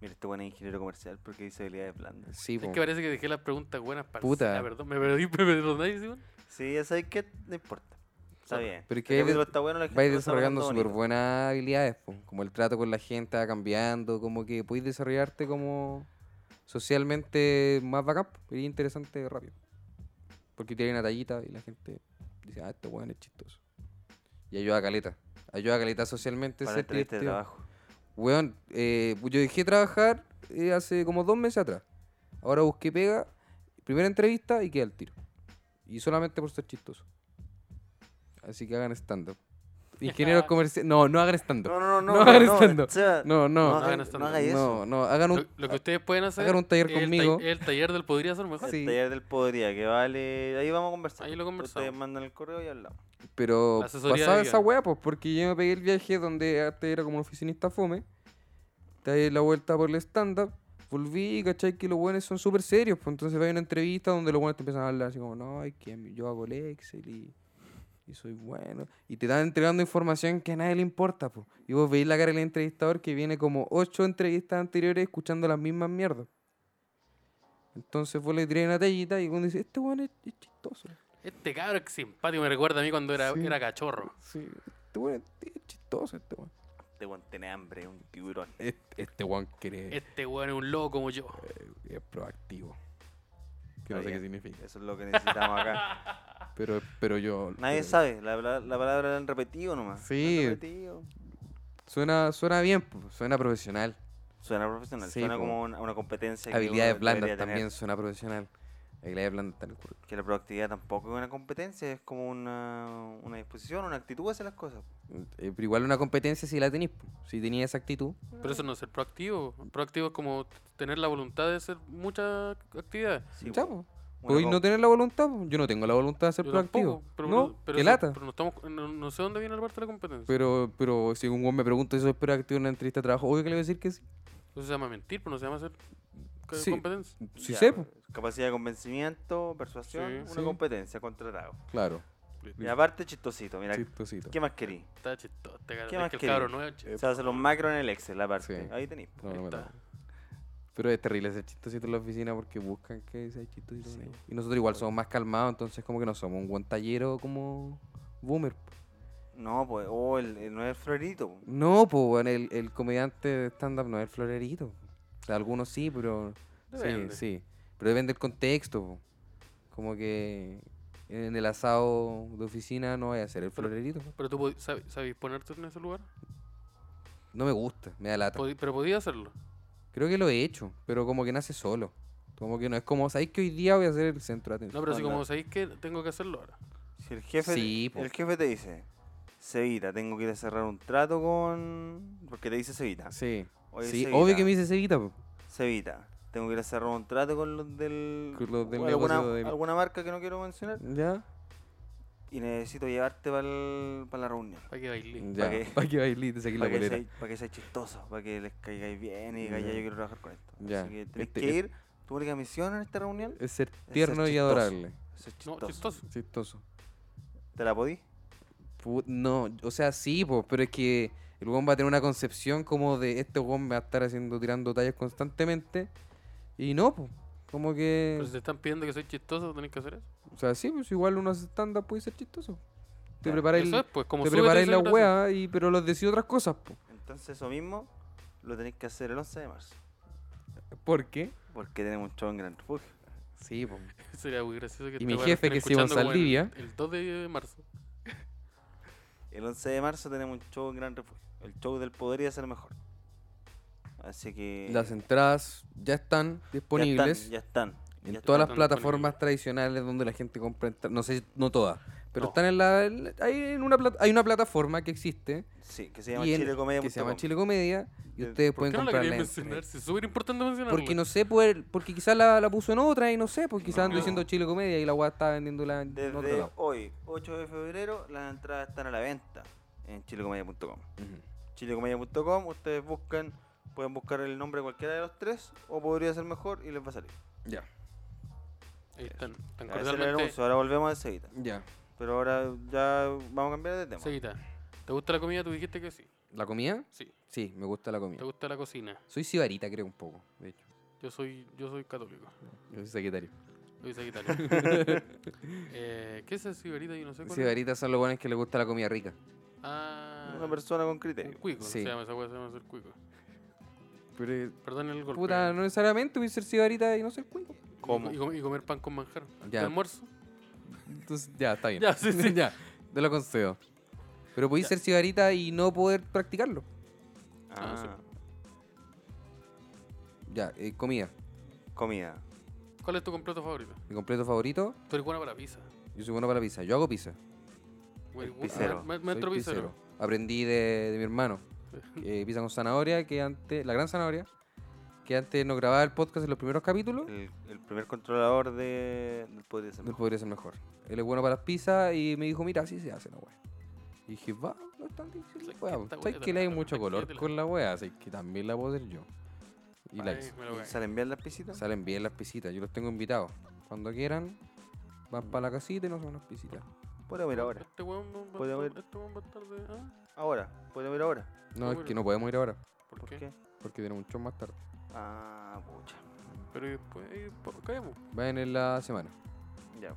S4: Mira, este buen ingeniero comercial porque dice habilidades blandas.
S2: Sí, po.
S3: Es que parece que dejé las preguntas buenas para Ah,
S2: Puta.
S3: perdón, me perdí, me perdonáis, Simón?
S4: Sí, ya sabes que no importa. Está bien.
S2: Pero
S4: El
S2: que hay de-
S4: capítulo está bueno, la gente
S2: vais
S4: lo está
S2: desarrollando
S4: pasando
S2: súper
S4: bonito.
S2: buenas habilidades, po. como el trato con la gente va cambiando, como que podéis desarrollarte como socialmente más bacán, po, y interesante rápido. Porque tiene una tallita y la gente dice, ah, este weón es chistoso. Y ayuda a Caleta. Ayuda a Caleta socialmente.
S4: Para
S2: ser
S4: entrevistas de
S2: divertido.
S4: trabajo.
S2: Weón, eh, yo dejé de trabajar eh, hace como dos meses atrás. Ahora busqué pega, primera entrevista y queda el tiro. Y solamente por ser chistoso. Así que hagan stand-up. Ingenieros comerciales. No, no hagan stand-up.
S4: No, no, no, no.
S2: No hagan
S4: no,
S2: stand-up.
S4: Seba,
S2: No,
S4: No
S2: no.
S3: hagan
S4: hagan- no
S3: stand-up.
S4: haga eso.
S2: No, no, hagan
S3: Lo,
S2: un.
S3: lo que ustedes pueden hacer
S2: hagan un taller
S3: es el ta-
S2: conmigo.
S3: el taller del podría ser mejor.
S2: Sí.
S4: El taller del podría, que vale. Ahí vamos a conversar.
S3: Ahí lo
S4: Ustedes
S3: conversamos.
S4: mandan el correo y hablamos.
S2: Pero
S3: La asesoría de
S2: pasaba esa
S3: guión.
S2: weá, pues, porque yo me pegué el viaje donde antes era como un oficinista fome. Te di la vuelta por el stand-up. Volví y cachai que los buenos son súper serios. Pues entonces va a una entrevista donde los buenos te empiezan a hablar así como, no, es que yo hago el Excel y, y soy bueno. Y te están entregando información que a nadie le importa, pues. Y vos veis la cara del entrevistador que viene como ocho entrevistas anteriores escuchando las mismas mierdas. Entonces vos le tiráis una tallita y uno dice, este weón es, es chistoso.
S3: Este cabrón que simpático me recuerda a mí cuando era,
S2: Sí.
S3: era cachorro.
S2: Sí, este weón es, es chistoso este weón.
S4: Este guan tiene hambre, es un tiburón.
S2: Este, este weón quiere
S3: Este weón es un loco como yo.
S2: es proactivo. Que
S4: Está
S2: no sé qué
S4: bien.
S2: significa.
S4: Eso es lo que necesitamos acá.
S2: Pero, pero yo. eh,
S4: Nadie
S2: pero-
S4: sabe, la, la- la palabra la han repetido nomás. La han
S2: Sí.
S4: repetido.
S2: Suena, suena bien, po, suena profesional.
S4: Suena profesional,
S2: Sí,
S4: suena
S2: po.
S4: como una, una competencia. que
S2: Habilidades
S4: uno
S2: blandas
S4: debería tener.
S2: también suena profesional. Habilidades blandas están en el currículum.
S4: Que la proactividad tampoco es una competencia, es como una, una disposición, una actitud hacia las cosas.
S2: Eh, pero igual una competencia si la tenís, po. si tenías esa actitud.
S3: Pero eso no es ser proactivo. Proactivo es como tener la voluntad de hacer muchas actividades.
S4: Sí,
S2: ya,
S4: po.
S2: po.
S4: pues. Una
S2: Podéis
S4: com-
S2: pues. no tener la voluntad, po. yo no tengo la voluntad de ser
S3: Yo
S2: proactivo.
S3: tampoco, pero
S2: no,
S3: pero
S2: qué
S3: eso-
S2: lata.
S3: Pero no, estamos, no, no sé dónde viene la parte de la competencia.
S2: Pero, pero si un weón me pregunta si soy proactivo en una entrevista de trabajo, obvio que le voy a decir que sí.
S3: Eso se llama mentir, pero no se llama hacer ca-
S2: Sí.
S3: competencia.
S2: Sí
S4: ya, pues.
S2: sé, pues. po.
S4: Capacidad de convencimiento, persuasión,
S3: Sí.
S4: una
S2: Sí.
S4: competencia, contratado.
S2: Claro,
S4: Y aparte, chistosito, mira.
S2: chistosito.
S4: ¿Qué más querí?
S3: Está chistoso. Este
S4: ¿Qué
S3: cabrón,
S4: más
S3: es que el
S4: queréis?
S3: cabro nuevo, che.
S4: Se sea, hacer los macros en el Excel, la parte.
S2: Sí.
S4: Ahí tenéis.
S2: Eh, No,
S3: Ahí
S2: no me
S3: está.
S2: toca. Pero es terrible ser chistosito en la oficina porque buscan que sea chistosito. con ellos. Y nosotros igual somos más calmados, entonces como que no somos un guantallero como boomer. po.
S4: No, pues, oh, el, el- no es el florito. po.
S2: No, pues el, el comediante de stand-up no es el florerito. O sea, algunos sí, pero... Sí,
S3: Depende.
S2: sí. Pero depende del contexto. po. Como que en el asado de oficina no vaya a ser el
S3: Pero-
S2: florerito. po.
S3: Pero tú pod- sab- sabes ponerte en ese lugar.
S2: No me gusta, me da lata.
S3: Podí- pero podías hacerlo.
S2: Creo que lo he hecho, pero como que nace solo. Como que no es como, ¿sabéis que hoy día voy a ser el centro de atención?
S3: No, pero así
S4: Onda.
S3: como sabéis que tengo que hacerlo ahora.
S4: Si el jefe,
S2: Sí, po.
S4: el jefe te dice, Cevita, tengo que ir a cerrar un trato con... Porque te dice Cevita.
S2: Sí.
S4: Oye,
S2: sí,
S4: Cevita.
S2: obvio que me dice Cevita, po.
S4: Cevita, tengo que ir a cerrar un trato con los del...
S2: Con los del
S4: o alguna,
S2: negocio del-
S4: alguna marca que no quiero mencionar.
S2: ¿Ya?
S4: Y necesito llevarte para la reunión.
S3: Para que bailé.
S2: Ya.
S4: que-
S2: Para que bailes, te saqué la
S4: Para que,
S2: bolera.
S4: seáis- pa' que seáis chistosos, para que les caigáis bien y digáis, ya
S2: Ya.
S4: yo quiero trabajar con esto.
S2: Ya,
S4: Así que tenéis
S2: este-
S4: que
S2: es- Eh,
S4: ir. Tu única misión en esta reunión
S2: Es ser
S4: ser
S2: tierno y
S4: chistoso.
S2: adorable.
S4: es ser
S3: No,
S4: chistoso.
S3: chistoso.
S2: Chistoso.
S4: ¿Te la podí?
S2: Pu- no, o sea, sí, po, pero es que el weón va a tener una concepción como de este weón va a estar haciendo, tirando tallas constantemente. Y no, pues. Como que.
S3: Pero si Pues te están pidiendo que soy chistoso, tenés que hacer eso.
S2: O sea, sí, pues igual uno hace stand-up puede ser chistoso. Te
S4: Ya,
S2: preparáis,
S3: eso es, pues, como
S2: te
S3: súbete y
S2: preparáis la
S3: soy gracioso.
S2: wea, y, pero los decís otras cosas, po.
S4: Entonces eso mismo lo tenéis que hacer el 11 de marzo.
S2: ¿Por qué?
S4: Porque tenemos un show en Gran Refugio.
S2: Sí, po.
S3: Sería muy gracioso que
S2: Y
S3: este
S2: mi
S3: weón
S2: jefe,
S3: estén
S2: que es Iván
S3: escuchando, weón, el-
S2: Saldivia.
S3: El 2 de marzo.
S4: El 11 de marzo tenemos un show en Gran Refugio. El show del Podría Ser Mejor. Así que...
S2: Las entradas ya están disponibles.
S4: Ya están. Ya están.
S2: En
S4: ya
S2: todas las
S4: están.
S3: están
S2: plataformas tradicionales donde la gente compra entra- no sé, no todas, Pero
S3: No.
S2: están en la. en- Hay, en una plat- hay una plataforma que existe.
S4: Sí, que se llama
S2: y en-
S4: chilecomedia.com.
S2: Que se llama Chile Comedia. Y
S4: Eh,
S2: ustedes
S3: ¿Por
S2: pueden
S3: qué no la
S2: comprarla.
S3: quería
S2: en
S3: mencionar?
S2: internet.
S3: Si es súper importante mencionarla.
S2: Porque no sé, pues, porque quizás la, la puso en otra y no sé, porque quizás ando
S3: No.
S2: diciendo Chile Comedia y la weá está vendiéndola en
S4: Desde
S2: otro lado.
S4: hoy, 8 de febrero, las entradas están a la venta en chilecomedia.com. Chilecomedia.com, ustedes buscan, pueden buscar el nombre de cualquiera de los tres, o podría ser mejor y les va a salir.
S2: Ya,
S3: Ahí están, tan
S4: Ese era el
S3: cordialmente.
S4: anuncio, ahora volvemos a enseguida.
S2: ya.
S4: Pero ahora ya vamos a cambiar de tema.
S3: Seguita, ¿te gusta la comida? Tú dijiste que sí.
S2: ¿La comida?
S3: Sí.
S2: Sí, me gusta la
S3: ¿Te
S2: comida.
S3: gusta la cocina?
S2: Soy sibarita, creo, un poco, de hecho.
S3: Yo soy, yo soy católico.
S2: Yo soy secretario.
S3: Soy sagitario. eh, ¿Qué es el sibarita? Yo no sé cuál es.
S2: Sibaritas son los buenos que les gusta la comida rica.
S3: Ah,
S4: Una persona con
S3: un
S4: criterio.
S3: cuico.
S2: Sí.
S3: Se llama esa hueá, se llama el cuico.
S2: Pero,
S3: Perdón el golpe.
S2: puta, no necesariamente voy a ser sibarita y no ser cuico.
S4: ¿Cómo?
S3: Y, com- y comer pan con manjar.
S2: Ya.
S3: ¿De almuerzo?
S2: Entonces, ya, está bien.
S3: Ya, sí, sí.
S2: ya, te lo concedo. Pero podéis
S3: Ya.
S2: ser sibarita y no poder practicarlo.
S4: Ah,
S3: sí.
S2: Ya, eh, comida.
S4: Comida.
S3: ¿Cuál es tu completo favorito?
S2: Mi completo favorito,
S3: Tú eres buena para la pizza.
S2: yo soy bueno para la pizza. Yo hago pizza.
S3: Güey, güey,
S4: pizzero.
S3: me-
S2: Soy
S3: Maestro pizzero.
S2: pizzero. Aprendí de, de mi hermano. que pizza con zanahoria, que antes, la gran zanahoria, que antes nos grababa el podcast en los primeros capítulos.
S4: El, el primer controlador de... del Podría ser
S2: No
S4: mejor.
S2: podría ser mejor. Él es bueno para las pizzas y me dijo, mira, así se hace la wea. Y dije, va, no es tan difícil la
S3: Sabes que
S2: wea.
S3: esta
S2: Sabes
S3: wea
S2: que le hay
S3: también,
S2: mucho color
S3: imagínatela.
S2: con la wea, así que también la puedo hacer yo. Y la
S3: Ay,
S2: hice.
S3: me lo cagué.
S4: ¿Salen bien las pisitas?
S2: Salen bien las pisitas, yo los tengo invitados. Cuando quieran, van para la casita y no son las pisitas.
S4: Podemos ir ahora.
S3: Este weón va-
S4: Puede
S3: va-
S4: haber-
S3: este weón va a estar de- ah,
S4: Ahora. Podemos ir ahora.
S2: No, es
S3: bueno.
S2: que no podemos ir ahora,
S3: ¿Por,
S4: ¿Por
S3: qué?
S4: qué?
S2: porque tenemos un show más tarde.
S4: Ah, pucha.
S3: Pero después, eh, po- caemos.
S2: Vayan en la semana,
S4: Ya.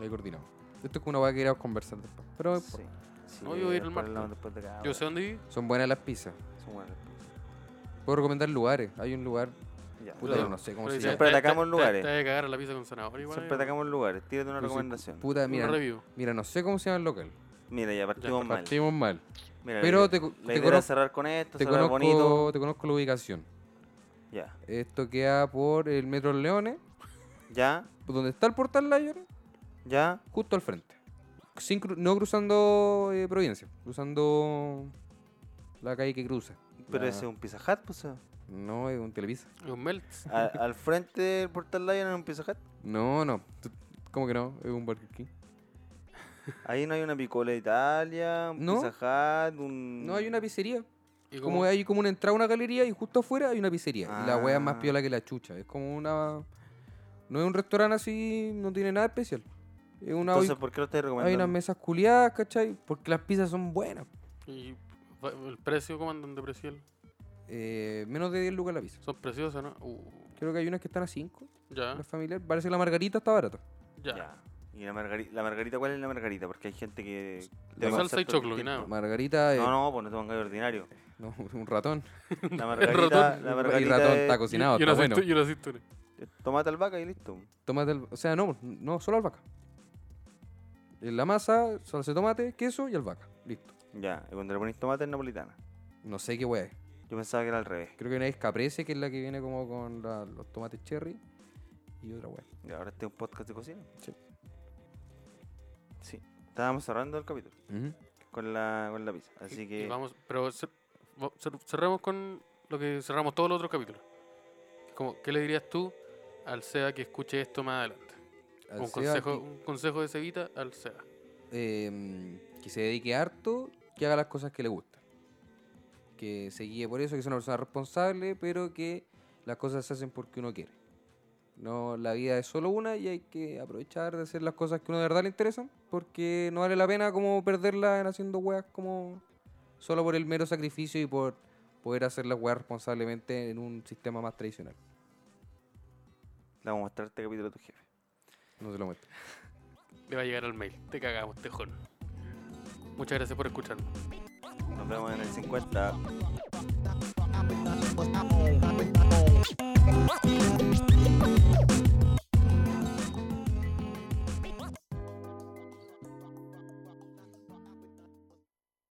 S2: ahí coordinamos. Esto es como una wea que iremos conversando después. Pero no
S4: Sí.
S2: importa.
S4: pues, Sí,
S3: No, yo voy a ir el
S4: después
S3: martes.
S4: hablamos después de cada
S3: Yo
S4: hora.
S3: sé dónde vive.
S2: son buenas las pizzas.
S4: Son buenas las pizzas.
S2: Puedo recomendar lugares. Hay un lugar,
S4: pues. Ya.
S2: puta,
S3: Pero-
S2: yo no sé cómo
S3: Pero
S2: se
S3: te-
S2: llama.
S4: Siempre
S3: te-
S4: atacamos
S3: te-
S4: lugares.
S3: Te vas a cagar a la pizza con zanahoria igual.
S4: Siempre atacamos lugares. Tírate una
S2: Pero sí,
S4: recomendación.
S2: Puta, mira,
S3: mira. Un review.
S2: mira, no sé cómo se llama el local.
S4: Mira, ya partimos mal.
S2: Partimos mal.
S4: Mira,
S2: Pero
S4: la-
S2: te co-
S4: la
S2: te
S4: idea era
S2: conozco-
S4: cerrar con esto,
S2: Te
S4: cerrar bonito.
S2: conozco, te conozco la ubicación.
S4: Ya.
S2: Esto queda por el Metro Los Leones,
S4: Ya,
S2: donde está el portal Lion,
S4: ya.
S2: justo al frente. Sin cru- no cruzando eh, Providencia, cruzando la calle que cruza.
S4: Pero
S2: La-
S4: ese es un Pizza Hut, pues. ¿eh?
S2: No, es un Televisa.
S3: Y un melts.
S4: Al, al frente del Portal Lion es un Pizza Hut.
S2: No, no. tú- ¿Cómo que no? Es un Burger King.
S4: Ahí no hay una picola de Italia, un
S2: No.
S4: Pizza Hut, un.
S2: No, hay una pizzería.
S3: Y
S2: Como hay como una entrada a una galería y justo afuera hay una pizzería. Y la wea es más
S4: Ah.
S2: piola que la chucha. Es como una. No es un restaurante así, no tiene nada especial. Es una
S4: Entonces, ¿por qué lo estáis
S2: Hay
S4: recomendando?
S2: unas mesas culiadas, ¿cachai? Porque las pizzas son buenas.
S3: y va- el precio, comandante Preciel.
S2: Eh, menos de 10 lucas la pizza.
S3: Son preciosas, ¿no? Uh,
S2: Creo que hay unas que están a 5.
S3: ya,
S4: Ah.
S2: La familiar. Parece que la margarita está barata.
S3: ya.
S4: Ya. ¿Y la margarita, la margarita? ¿Cuál es la margarita? Porque hay gente que.
S2: La
S4: tiene
S3: Pues, salsa y
S4: conceptos
S3: choclo, y
S4: distintos.
S3: nada.
S2: Margarita es
S4: No, no, pues no te pongas ordinario.
S2: no, un ratón.
S4: La margarita,
S2: Y-
S4: la
S2: y
S4: margarita
S2: ratón
S4: es-
S2: está cocinado,
S3: y, y
S2: está
S3: una
S2: bueno.
S3: aceituna- y una aceituna.
S4: es tomate albahaca y listo.
S2: Tomate al- O sea, no, no, solo albahaca. En la masa, salsa de tomate, queso y albahaca. Listo.
S4: Ya, y cuando le pones tomate es napolitana.
S2: No sé qué wea es.
S4: Yo pensaba que era al revés.
S2: Creo que una es caprese, que es la que viene como con la- los tomates cherry. Y otra wea.
S4: Y ahora este es un podcast de cocina.
S2: Sí.
S4: Sí. Estábamos cerrando el capítulo
S2: Ujú.
S4: con la, con la pizza. Así
S3: Y- y
S4: que.
S3: vamos, pero cer- va- cer- cerramos con lo que cerramos todos los otros capítulos. Como, ¿Qué le dirías tú al SEA que escuche esto más adelante?
S2: Al
S3: un,
S2: Seba,
S3: consejo, un consejo de Cevita al SEA.
S2: que, em, que se dedique harto, que haga las cosas que le gustan. Que se guíe por eso, que sea una persona responsable, pero que las cosas se hacen porque uno quiere. No, la vida es solo una y hay que aprovechar de hacer las cosas que a uno de verdad le interesan, porque no vale la pena como perderla en haciendo weas como solo por el mero sacrificio y por poder hacer las weas responsablemente en un sistema más tradicional.
S4: Le vamos a mostrar este capítulo a tu jefe.
S2: No se lo muestro.
S3: Le va a llegar al mail. Te cagamos, tejón. Muchas gracias por escucharnos.
S4: Nos vemos en el 50.
S1: I've been on, I've been on, I've been on.